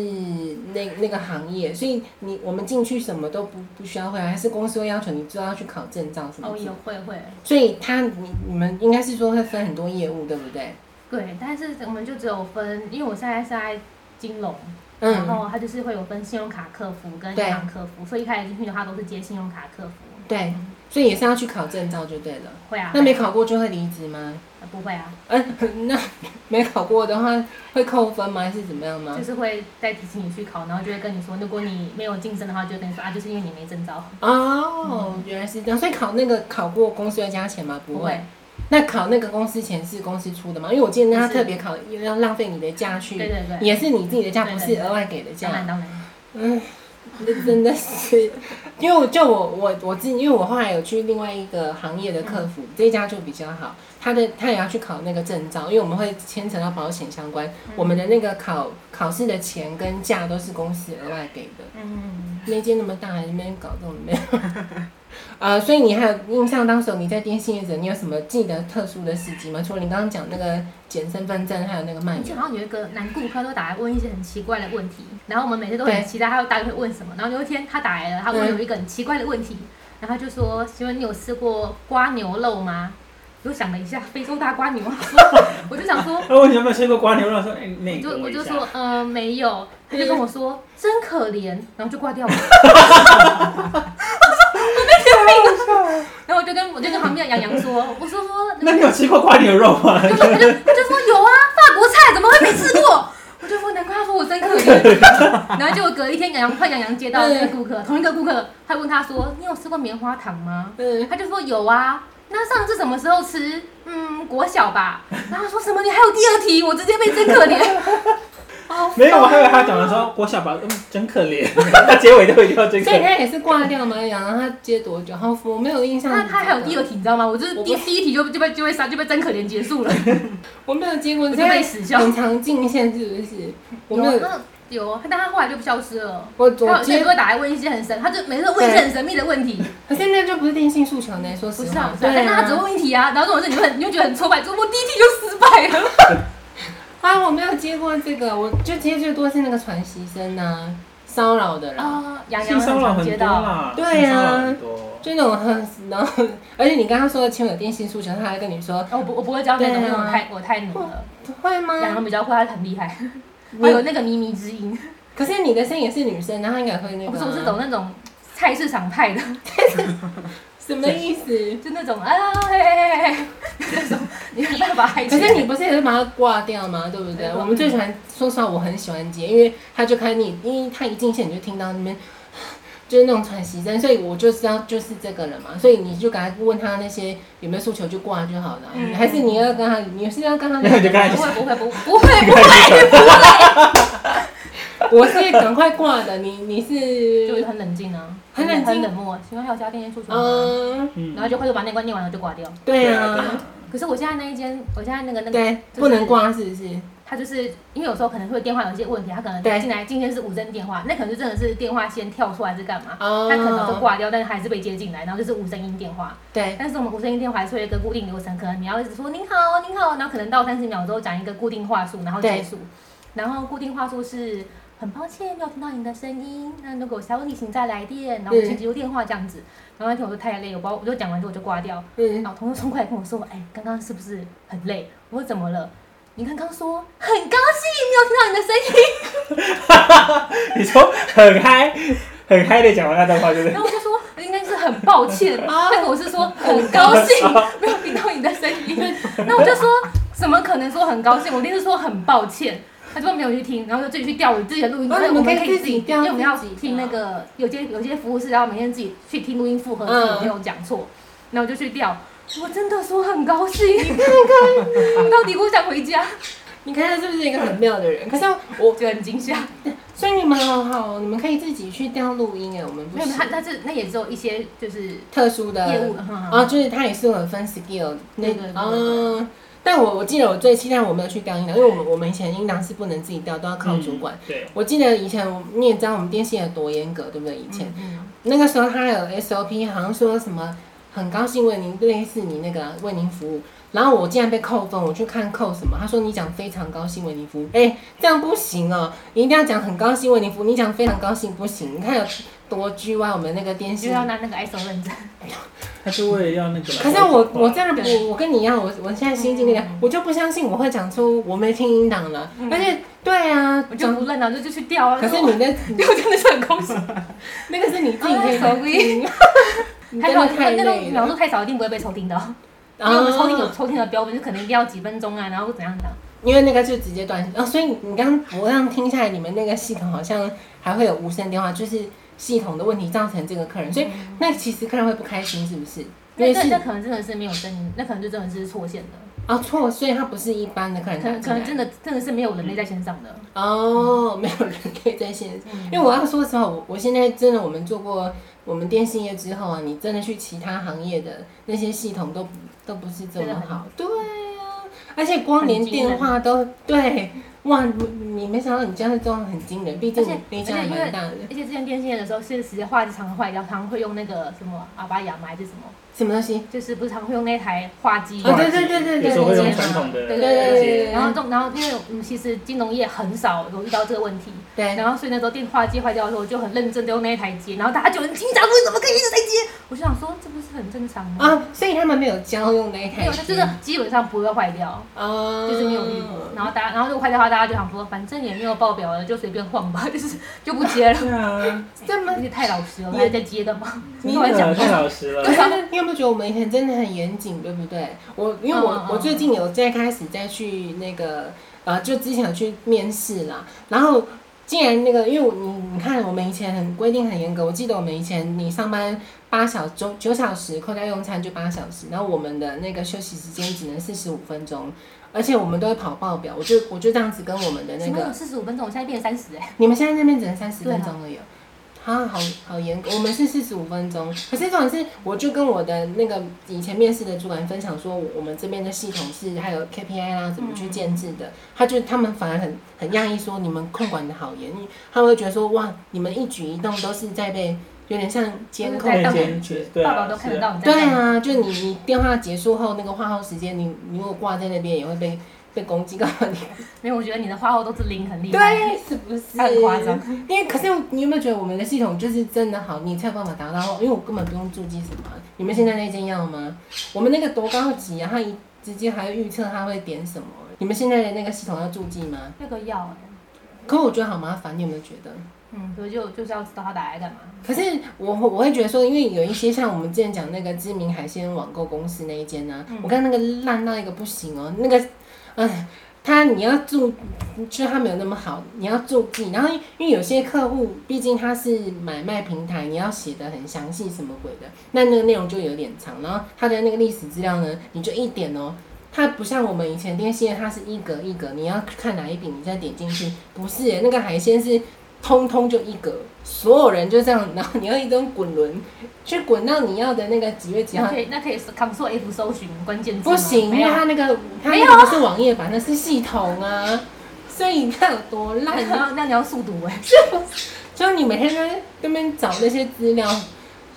Speaker 1: 那那个行业，所以你我们进去什么都不不需要会，还是公司会要求你就要去考证照什么
Speaker 3: 哦，
Speaker 1: 之类
Speaker 3: 有
Speaker 1: 的。
Speaker 3: 会会，
Speaker 1: 所以他你你们应该是说会分很多业务，对不对？
Speaker 3: 对，但是我们就只有分，因为我现在是在金融，然
Speaker 1: 嗯，
Speaker 3: 后它就是会有分信用卡客服跟银
Speaker 1: 对
Speaker 3: 行客服，所以一开始进去的话都是接信用卡客服，
Speaker 1: 对，所以也是要去考证照就对了。
Speaker 3: 会啊，
Speaker 1: 那没考过就会离职吗？
Speaker 3: 呃不会啊，
Speaker 1: 嗯，那没考过的话会扣分吗？还是怎么样吗
Speaker 3: 就？是会再提醒你去考，然后就会跟你说，如果你没有竞争的话，就会跟你说啊，就是因为你没证照，
Speaker 1: 哦，原来是这样。所以考那个考过公司要加钱吗？不
Speaker 3: 嗯不
Speaker 1: 会
Speaker 3: 会。，
Speaker 1: 那考那个公司钱是公司出的吗？因为我记得他
Speaker 3: 不是
Speaker 1: 特别考，因为要浪费你的假去，
Speaker 3: 对对对
Speaker 1: 也是你自己的假，
Speaker 3: 对
Speaker 1: 不
Speaker 3: 对
Speaker 1: 是额外给的
Speaker 3: 当然
Speaker 1: 假。
Speaker 3: 当然，
Speaker 1: 嗯，那真的是，因为我就我我我自己，因为我后来有去另外一个行业的客服，这一家就比较好，他的他也要去考那个证照，因为我们会牵扯到保险相关，我们的那个考考试的钱跟假都是公司额外给的。
Speaker 3: 嗯，
Speaker 1: 那间那么大，还那边搞这种没有？ 呃，所以你还有印象，当时你在电信业者，你有什么记得特殊的事迹吗？除了你刚刚讲那个捡身份证，还有那个卖
Speaker 3: 以
Speaker 1: 油
Speaker 3: 前好像有一个男顾客都打来问一些很奇怪的问题，然后我们每次都很
Speaker 1: 对
Speaker 3: 期待他会大概会问什么，然后有一天他打来了，他问有一个很奇怪的问题，然后他就说：“请问你有吃过瓜牛肉吗？”我就想了一下，非洲大瓜牛， 我就想说，
Speaker 2: 那啊我有没有吃过瓜牛肉？说哎，那
Speaker 3: 我
Speaker 2: 个
Speaker 3: 就我
Speaker 2: 一
Speaker 3: 就
Speaker 2: 下
Speaker 3: 说，呃，没有，他就跟我说，真可怜，然后就挂掉了。然后我就跟我就跟旁边的杨洋说，我说说，
Speaker 2: 那你有吃过瓜牛肉 吗？
Speaker 3: 他就他就说有啊，法国菜怎么会没吃过？我就说难怪他说我真可怜。然后结果隔一天，杨洋快杨洋接到那个顾客，同一个顾客，他问他说：“你有吃过棉花糖吗？”
Speaker 1: 嗯，
Speaker 3: 他就说有啊。那上次什么时候吃？嗯，国小吧。然后他说什么？你还有第二题？我直接被真 可怜。哦，
Speaker 2: 没有，我还以为他讲的时候，郭小宝嗯真可 怜，他结尾都一定要真可
Speaker 1: 所以
Speaker 2: 怜。
Speaker 1: 他也是挂掉吗？然后他接多久？好，我没有印象。
Speaker 3: 他他还有第二，题，你知道吗？我就是第
Speaker 1: 我
Speaker 3: 第一题就就被就被杀，就被真可怜结束了，
Speaker 1: 我没有接过，
Speaker 3: 我
Speaker 1: 你
Speaker 3: 就被耻笑。
Speaker 1: 很常进线是不是？我
Speaker 3: 有
Speaker 1: 没有，
Speaker 3: 啊他有啊，但他后来就不消失了。
Speaker 1: 我
Speaker 3: 他
Speaker 1: 我
Speaker 3: 有
Speaker 1: 接
Speaker 3: 些都，会打来问一些很神，他就每次问一些很神秘的问题。
Speaker 1: 可是那就不是电信诉求呢，说
Speaker 3: 不
Speaker 1: 实
Speaker 3: 是
Speaker 1: 话
Speaker 3: 啊，，不是啊，
Speaker 1: 对
Speaker 3: 但他只
Speaker 1: 啊，
Speaker 3: 问一题啊，然后这种事你会很，你会觉得很挫败，说我第一题就失败了。
Speaker 1: 啊，我没有接过这个，我就接最多是那个传习生啊，骚扰的啦。
Speaker 3: 啊，杨洋
Speaker 2: 性骚
Speaker 3: 很
Speaker 2: 扰
Speaker 3: 常
Speaker 2: 很
Speaker 3: 接
Speaker 2: 多
Speaker 3: 到，
Speaker 2: 啦，
Speaker 1: 对
Speaker 2: 性骚扰
Speaker 1: 啊
Speaker 2: 很多。
Speaker 1: 就那种很，然后而且你刚刚说的亲吻电信诉求，他还跟你说
Speaker 3: 哦我不我不会教那种，
Speaker 1: 对啊
Speaker 3: 因为我太我太努 了。
Speaker 1: 会
Speaker 3: 杨洋
Speaker 1: 吗？
Speaker 3: 比较会，他很厉害，我
Speaker 1: 你
Speaker 3: 有那个靡靡之音。
Speaker 1: 可是你的声音也是女生，然后应该会那个、
Speaker 3: 我
Speaker 1: 啊。
Speaker 3: 不是我是走那种菜市场派的，
Speaker 1: 什么意思？
Speaker 3: 就那种啊嘿嘿嘿嘿，那 种你没办法害
Speaker 1: 可
Speaker 3: 羞。
Speaker 1: 是你不是也是把它挂掉吗？对不对？
Speaker 3: 对
Speaker 1: 我们最喜欢，说实话，我很喜欢接，因为他就开你，因为他一进线你就听到那边 就是那种喘息声，所以我就知道就是这个人嘛。所以你就给他问他那些有没有诉求就挂就好了。
Speaker 3: 嗯
Speaker 1: 还是你要跟他，你是要跟他聊？
Speaker 2: 那你就跟他
Speaker 3: 不会不会不不会不
Speaker 1: 我是赶快挂的，你你
Speaker 3: 会，就是
Speaker 1: 是
Speaker 3: 很冷静啊，
Speaker 1: 很冷静
Speaker 3: 冷漠。请问还有其他电信诉求吗？
Speaker 1: 嗯，
Speaker 2: 嗯
Speaker 3: 然后就快速把那关念完了就挂掉。
Speaker 1: 对
Speaker 2: 对
Speaker 1: 啊。
Speaker 3: 可是我现在那一间，我现在那个那个
Speaker 1: 对，
Speaker 3: 就是
Speaker 1: 不能挂是不是？
Speaker 3: 他就是因为有时候可能会电话有一些问题，他可能
Speaker 1: 对
Speaker 3: 进来今天是无声电话，那可能就真的是电话先跳出来是干嘛？
Speaker 1: 哦
Speaker 3: 他可能都挂掉，但是还是被接进来，然后就是无声音电话。
Speaker 1: 对，
Speaker 3: 但是我们无声音电话还是会有一个固定流程，可能你要一直说您好您好，然后可能到三十秒之后讲一个固定话术，然后
Speaker 1: 对
Speaker 3: 结束。然后固定话术是很抱歉没有听到您的声音，那如果有其他问题请再来电，然后我们
Speaker 1: 嗯
Speaker 3: 请接入电话这样子。然后那天我就太累，我把我就讲完之后我就挂掉，
Speaker 1: 嗯，
Speaker 3: 老同事冲过来跟我说：“哎、刚刚是不是很累？”我说：“怎么了？”你刚刚说很高兴，没有听到 你的声音。
Speaker 2: 你说很嗨，很嗨的讲完那段话，就是
Speaker 3: 然后我就说应该是很抱歉，
Speaker 1: 啊
Speaker 3: 那个我是说很高兴，没有听到你的声音。那我就说怎么可能说很高兴？我一定是说很抱歉。他就没有去听，然后就自己去调我自己的录音，
Speaker 1: 哦
Speaker 3: 因为
Speaker 1: 你
Speaker 3: 我
Speaker 1: 们
Speaker 3: 们
Speaker 1: 可以
Speaker 3: 可以
Speaker 1: 自
Speaker 3: 自
Speaker 1: 己
Speaker 3: 己，
Speaker 1: 调
Speaker 3: 因为我们要
Speaker 1: 自己的
Speaker 3: 听那个有些有些服务是要每天自己去听录音复合，
Speaker 1: 嗯
Speaker 3: 有没有讲错？然后我就去调，我真的说很高兴，你看看， 到底我想回家，
Speaker 1: 你看他是不是一个很妙的人？可是我，
Speaker 3: 就很惊吓。
Speaker 1: 所以你们好好哦，你们可以自己去调录音哎，我们不
Speaker 3: 没有，
Speaker 1: 是
Speaker 3: 他他是那也只有一些就是
Speaker 1: 特殊的
Speaker 3: 业务，
Speaker 1: 啊，
Speaker 3: 啊，
Speaker 1: 就是他也是有分 skill 那
Speaker 3: 对对对
Speaker 1: 嗯。但我我记得我最期待我没有去调音档，因为我们我们以前音档是不能自己调，都要
Speaker 3: 嗯
Speaker 1: 靠主管。。
Speaker 2: 嗯对，
Speaker 1: 我记得以前我你也知道我们电信有多严格，对不对？以前、
Speaker 3: 嗯
Speaker 1: 那个时候他有 SOP，好像说什么很高兴为您类似你那个为您服务，然后我竟然被扣分，我去看扣什么？他说你讲非常高兴为你服务，哎，这样不行哦，你一定要讲很高兴为你服务，你讲非常高兴不行，你看有多 G Y 我们那个电
Speaker 3: 就
Speaker 1: 信。
Speaker 3: 要拿那个 ISO 认
Speaker 1: 嗯
Speaker 3: 证，
Speaker 2: 他是为了要那个啦。
Speaker 1: 可是我我
Speaker 2: 在
Speaker 3: 啊
Speaker 1: 真的不，我跟你一样，我我现在心境跟你讲，我就不相信我会讲出我没听音档了，而且对啊
Speaker 3: 嗯我，就
Speaker 1: 讲
Speaker 3: 不认了，就就去调啊。
Speaker 1: 可是你那
Speaker 3: 就真的是很空虚，
Speaker 1: 那个是你自己可以
Speaker 3: 啊
Speaker 1: 听，你
Speaker 3: 还
Speaker 1: 真
Speaker 3: 有
Speaker 1: 的
Speaker 3: 那
Speaker 1: 太
Speaker 3: 那
Speaker 1: 累
Speaker 3: 种
Speaker 1: 了
Speaker 3: 秒。数太少，一定不会被抽听的哦，
Speaker 1: 啊
Speaker 3: 因
Speaker 1: 然
Speaker 3: 为我
Speaker 1: 后
Speaker 3: 们抽听有抽听的标准，就可能一定要几分钟啊，然后怎样的。
Speaker 1: 因为那个就直接断线。哦，所以你刚我刚听下来，你们那个系统好像还会有无线电话，就是系统的问题造成这个客人，所以
Speaker 3: 嗯
Speaker 1: 那其实客人会不开心，是不是？因
Speaker 3: 那
Speaker 1: 为
Speaker 3: 那
Speaker 1: 是
Speaker 3: 那可能真的是没有声音，那可能就真的是错线的，
Speaker 1: 哦错，所以他不是一般的客人
Speaker 3: 可
Speaker 1: 打进
Speaker 3: 能
Speaker 1: 来，
Speaker 3: 可能真的真的是没有人类在线上的。嗯
Speaker 1: 哦，没有人可以在线。因为我要说实话，我我现在真的我们做过我们电信业之后啊，你真的去其他行业的那些系统都不都不是这
Speaker 3: 真的
Speaker 1: 么
Speaker 3: 很
Speaker 1: 好。对啊，而且光连
Speaker 3: 很惊
Speaker 1: 电
Speaker 3: 人
Speaker 1: 话都对，哇，你你没想到你家的状况很惊人，毕竟
Speaker 3: 而且
Speaker 1: 你
Speaker 3: 而
Speaker 1: 家
Speaker 3: 且因为
Speaker 1: 蛮大的。
Speaker 3: 而且之前电信业的时候是直接话机常常坏掉，常常会用那个什么阿巴雅嘛还是什么，
Speaker 1: 什么东西？
Speaker 3: 就是不是常会用那台话机。
Speaker 1: 啊对对对对对
Speaker 2: 有时候会
Speaker 1: 对
Speaker 2: 用
Speaker 1: 对
Speaker 2: 传统的
Speaker 3: 对
Speaker 1: 对对
Speaker 2: 连
Speaker 1: 对
Speaker 2: 接
Speaker 1: 对
Speaker 3: 然后这种，然后因为我们其实金融业很少有遇到这个问题，
Speaker 1: 对，
Speaker 3: 然后所以那时候电话机坏掉的时候，我就很认真的用那一台接，然后大家就很紧张，为什么可以一直在接？我就想说，这不是很正常吗？
Speaker 1: 啊，所以他们没有教用那一台
Speaker 3: 没有，它
Speaker 1: 机，
Speaker 3: 这个基本上不会坏掉，
Speaker 1: 哦，
Speaker 3: 就是没有遇过。然后大家，然后如果坏掉的话，大家就想说，反正也没有报表了，就随便晃吧，就是就不接了。
Speaker 2: 对啊，
Speaker 1: 这么
Speaker 3: 而且太老实了，我还在接的 嘛。
Speaker 2: 你
Speaker 3: 跟我讲
Speaker 2: 啊太老实了
Speaker 1: 可。是你有没有觉得我们以前真的很严谨，对不对？我因为我、
Speaker 3: 嗯嗯
Speaker 1: 我最近有在开始再去那个呃，就之前有去面试啦，然后竟然那个因为我你你看我们以前很规定很严格，我记得我们以前你上班八小九九小时，扣掉用餐就八小时，然后我们的那个休息时间只能四十五分钟。而且我们都会跑报表，我就我就这样子跟我们的那
Speaker 3: 请问有
Speaker 1: 个，
Speaker 3: 四十五分钟，我现在变三十哎，
Speaker 1: 你们现在那边只能三十
Speaker 3: 对啊
Speaker 1: 分钟而已哦、啊，好好严格，我们是四十五分钟。可是重点是，我就跟我的那个以前面试的主管分享说，我们这边的系统是还有 KPI 啦、啊怎么
Speaker 3: 嗯
Speaker 1: 去建制的。他就他们反而很很讶异，说你们控管的好严，因为他们会觉得说哇，你们一举一动都是在被有点像监控
Speaker 3: 对
Speaker 1: 的
Speaker 3: 当然
Speaker 1: 感觉。
Speaker 2: 对
Speaker 3: 报
Speaker 2: 啊，
Speaker 3: 表都看得到你在
Speaker 1: 对
Speaker 3: 干嘛。
Speaker 1: 啊，就你你电话结束后那个话后时间，你你如果挂在那边也会被被攻击，干嘛你
Speaker 3: 没有，我觉得你的花后都是零，很厉害。
Speaker 1: 对， 是不是？
Speaker 3: 很夸张。
Speaker 1: 因为可是你有没有觉得我们的系统就是真的好，你才有办法达到？因为我根本不用注记什么啊。你们现在那间要吗？我们那个多高级啊！它一直接还会预测它会点什么。你们现在的那个系统要注记吗？
Speaker 3: 那个要哎，
Speaker 1: 可我觉得好麻烦，你有没有觉得？
Speaker 3: 嗯，所以就就是要知道他打来干嘛。
Speaker 1: 可是我我会觉得说，因为有一些像我们之前讲那个知名海鲜网购公司那一间呢、我看那个烂到一个不行哦，那个，哎，他你要注，就是他没有那么好，你要注记。然后因为有些客户，毕竟他是买卖平台，你要写的很详细什么鬼的，那那个内容就有点长。然后他的那个历史资料呢，你就一点哦。它不像我们以前电信业，它是一格一格，你要看哪一笔，你再点进去。不是耶，那个海鲜是通通就一格，所有人就这样，然后你要一种滚轮去滚到你要的那个几月几
Speaker 3: 那
Speaker 1: 号
Speaker 3: 可。以，那可以 Ctrl F 搜寻关键字吗
Speaker 1: 不行，
Speaker 3: 没
Speaker 1: 因为
Speaker 3: 有，
Speaker 1: 它那个它那个不是网页版，那是系统啊，所以你看有多烂
Speaker 3: 那你
Speaker 1: 啊！
Speaker 3: 要那你要速读哎。
Speaker 1: 就你每天都在那边找那些资料，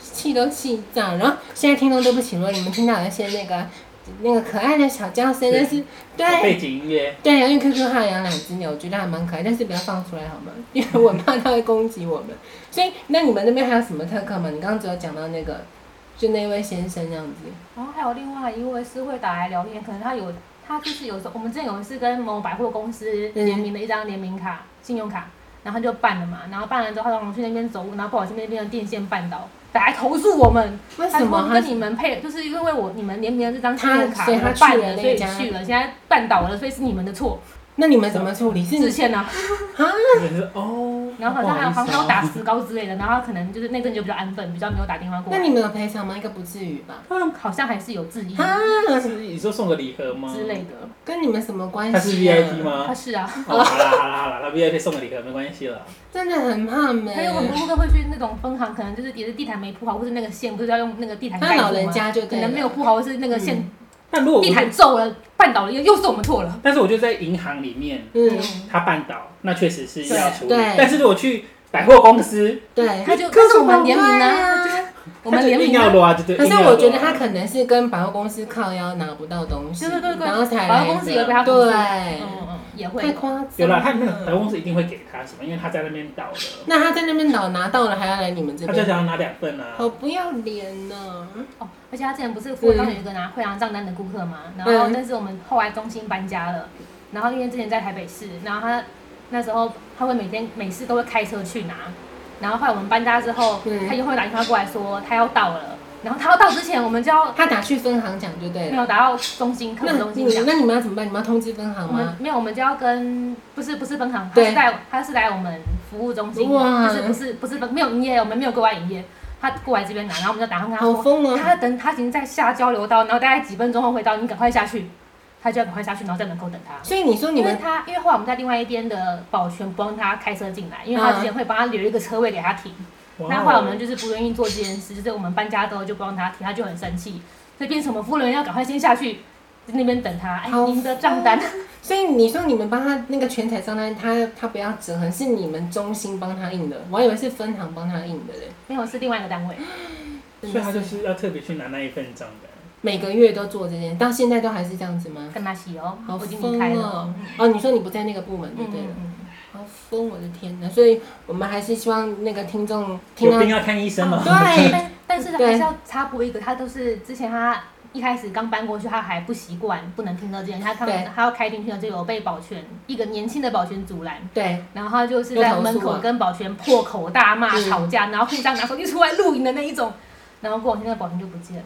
Speaker 1: 气都气炸。然后现在听众对不起，如果你们听到有一些那个那个可爱的小叫声，但是对
Speaker 2: 背景音乐，
Speaker 1: 对，因为 QQ 它有养两只鸟，我觉得还蛮可爱，但是不要放出来好吗？ 因为我很怕它会攻击我们。所以，那你们那边还有什么特课吗？你刚刚只有讲到那个，就那位先生这样子。
Speaker 3: 然后还有另外一位是会打来聊天，可能他有他就是有时候我们之前有一次跟某百货公司联名的一张联名卡、信用卡，然后他就办了嘛，然后办了之后他让我们去那边走路，然后不小心被那边的电线绊倒，打来投诉我们，
Speaker 1: 为
Speaker 3: 他
Speaker 1: 什
Speaker 3: 说
Speaker 1: 么
Speaker 3: 跟你们配，就是因为我你们联名的这张信用
Speaker 1: 他
Speaker 3: 卡
Speaker 1: 所以
Speaker 3: 我
Speaker 1: 他
Speaker 3: 办
Speaker 1: 去了
Speaker 3: 了，
Speaker 1: 那
Speaker 3: 所以
Speaker 1: 一家
Speaker 3: 去了，现在绊倒了，所以是你们的错，
Speaker 1: 那你们怎么处理？是
Speaker 3: 致
Speaker 1: 你
Speaker 3: 歉啊。
Speaker 2: 就是哦，
Speaker 3: 然后好像还有
Speaker 2: 不好意
Speaker 3: 好像
Speaker 2: 思
Speaker 3: 还
Speaker 2: 哦
Speaker 3: 有打石膏之类的，然后他可能就是那阵就比较安分，比较没有打电话过
Speaker 1: 那
Speaker 3: 来。
Speaker 1: 你们有赔偿吗？应该不至于吧？
Speaker 3: 好像还是有质疑
Speaker 1: 啊，
Speaker 2: 那是不是你说送个礼盒吗？
Speaker 3: 之类的。
Speaker 1: 跟你们什么关系、
Speaker 2: 他
Speaker 1: 啊？
Speaker 2: 是 VIP？
Speaker 3: 他
Speaker 2: 吗？
Speaker 3: 是啊，
Speaker 2: 哦，好啦好啦好啦，他 VIP 送个礼盒没关系了。
Speaker 1: 真的很怕没。
Speaker 3: 还有很多顾客会去那种分行，可能就是也是地毯没铺好，或是那个线不是要用那个地毯盖
Speaker 1: 那
Speaker 3: 住吗
Speaker 1: 老人家就
Speaker 3: 可
Speaker 1: 对了
Speaker 3: 能没有铺好，或是那个线
Speaker 2: 但
Speaker 1: 嗯
Speaker 2: 如果我
Speaker 3: 地毯皱了绊倒了，又又是我们错了。
Speaker 2: 但是我觉得在银行里面，
Speaker 1: 嗯，
Speaker 2: 他绊倒，那确实是要处理。
Speaker 1: 对
Speaker 2: 但是如果去百货公司，
Speaker 1: 对，
Speaker 3: 他就
Speaker 1: 哎可
Speaker 3: 但是我们联名呢
Speaker 1: 啊，
Speaker 3: 我们联
Speaker 2: 硬
Speaker 3: 名
Speaker 2: 要
Speaker 3: 啊，
Speaker 2: 拉就对。
Speaker 1: 可是
Speaker 2: 硬要
Speaker 1: 我觉得
Speaker 2: 拉
Speaker 1: 他可能是跟百货公司靠腰拿不到东西，
Speaker 3: 对对对对
Speaker 1: 然后才
Speaker 3: 百货公司也被
Speaker 1: 来
Speaker 3: 他
Speaker 1: 的
Speaker 3: 控制
Speaker 1: 对，
Speaker 3: 嗯嗯，也
Speaker 1: 太
Speaker 3: 会。
Speaker 1: 夸张了。
Speaker 2: 有啦，他
Speaker 3: 嗯
Speaker 2: 那个百货公司一定会给他什么，因为他在那边倒了，
Speaker 1: 那他在那边老拿到了，还要来你们这
Speaker 2: 他就
Speaker 1: 边，
Speaker 2: 想要拿两份啊。
Speaker 1: 好不要脸呢、
Speaker 3: 哦，而且他之前不是富邦有一个拿汇阳账单的顾客嘛，然后
Speaker 1: 嗯
Speaker 3: 但是我们后来中心搬家了，然后因为之前在台北市，然后他那时候他会每天每次都会开车去拿，然后后来我们搬家之后，
Speaker 1: 嗯
Speaker 3: 他就会打电话过来说他要到了，然后他要到之前我们就要
Speaker 1: 他打去分行讲就对了。
Speaker 3: 没有达到中心客
Speaker 1: 那
Speaker 3: 服中
Speaker 1: 你
Speaker 3: 心讲。嗯
Speaker 1: 那你们要怎么办？你们要通知分行
Speaker 3: 我们
Speaker 1: 吗？
Speaker 3: 没有，我们就要跟不是不是分行，他
Speaker 1: 对
Speaker 3: 是来他是来我们服务中心，
Speaker 1: 哇
Speaker 3: 就是不是不是分没有营业，我哦们没有对外营业，他过来这边拿，然后我们就打电话跟他
Speaker 1: 好
Speaker 3: 说，
Speaker 1: 疯哦！
Speaker 3: 他等他已经在下交流道，然后大概几分钟后回到，你赶快下去，他就要赶快下去，然后在门口等他。
Speaker 1: 所以你说你
Speaker 3: 因为
Speaker 1: 们
Speaker 3: 他，因为后来我们在另外一边的保全不让他开车进来，因为他
Speaker 1: 嗯
Speaker 3: 之前会帮他留一个车位给他停。
Speaker 1: 哦
Speaker 2: 哇
Speaker 3: 那后来我们就是不愿意做这件事，就是我们搬家之后就不让他停，他就很生气，所以变成我们服务人员要赶快先下去在那边等他。哎，
Speaker 1: 好哦
Speaker 3: 您的账单，
Speaker 1: 所以你说你们帮他那个全彩账单，他他不要折痕，是你们中心帮他印的，我还以为是分行帮他印的嘞。
Speaker 3: 没有是另外一个单位。
Speaker 1: 真的
Speaker 2: 所以他就是要特别去拿那一份账的。
Speaker 1: 每个月都做这件，到现在都还是这样子吗？
Speaker 3: 跟他洗哦，
Speaker 1: 好
Speaker 3: 我已经离开
Speaker 1: 疯
Speaker 3: 了
Speaker 1: 哦。！哦，你说你不在那个部门就
Speaker 3: 嗯
Speaker 1: 对了，
Speaker 3: 嗯
Speaker 1: 好疯！我的天哪！所以我们还是希望那个听众听
Speaker 2: 有
Speaker 1: 到
Speaker 2: 病啊要看医生
Speaker 3: 嗯，
Speaker 2: 吗？
Speaker 1: 对
Speaker 3: 但但是还
Speaker 1: 对
Speaker 3: 是要插播一个，他都是之前他一开始刚搬过去，他还不习惯，不能听到这件事，他
Speaker 1: 对
Speaker 3: 看他要开进去了就有被保全一个年轻的保全阻拦。
Speaker 1: 对，
Speaker 3: 然后他就是
Speaker 1: 又
Speaker 3: 在
Speaker 1: 投诉
Speaker 3: 门口
Speaker 1: 啊
Speaker 3: 跟保全破口大骂、
Speaker 1: 嗯
Speaker 3: 吵架，然后互相拿手机出来录影的那一种。然后过两天，那个保全就不见了，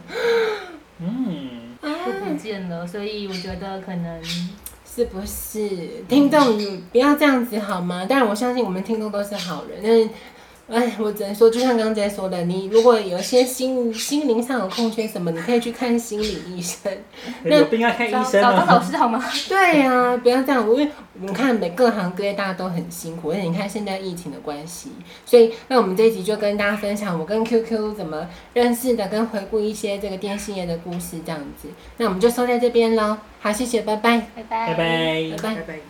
Speaker 2: 嗯，
Speaker 3: 就不见了。所以我觉得可能
Speaker 1: 是不是？听众你不要这样子好吗？当然我相信我们听众都是好人，但是。哎，我只能说，就像刚才说的，你如果有一些心心灵上有空缺什么，你可以去看心理医生。那
Speaker 2: 有病要看
Speaker 3: 找
Speaker 2: 医生
Speaker 3: 找到老
Speaker 2: 啊。
Speaker 3: 师好吗？
Speaker 1: 对呀、不要这样，因为你看每各行各业大家都很辛苦，而且你看现在疫情的关系，所以那我们这一集就跟大家分享我跟 QQ 怎么认识的，跟回顾一些这个电信业的故事这样子。那我们就收在这边喽，好，谢谢，拜拜，
Speaker 3: 拜拜
Speaker 2: 拜拜
Speaker 1: 拜。拜
Speaker 4: 拜。拜。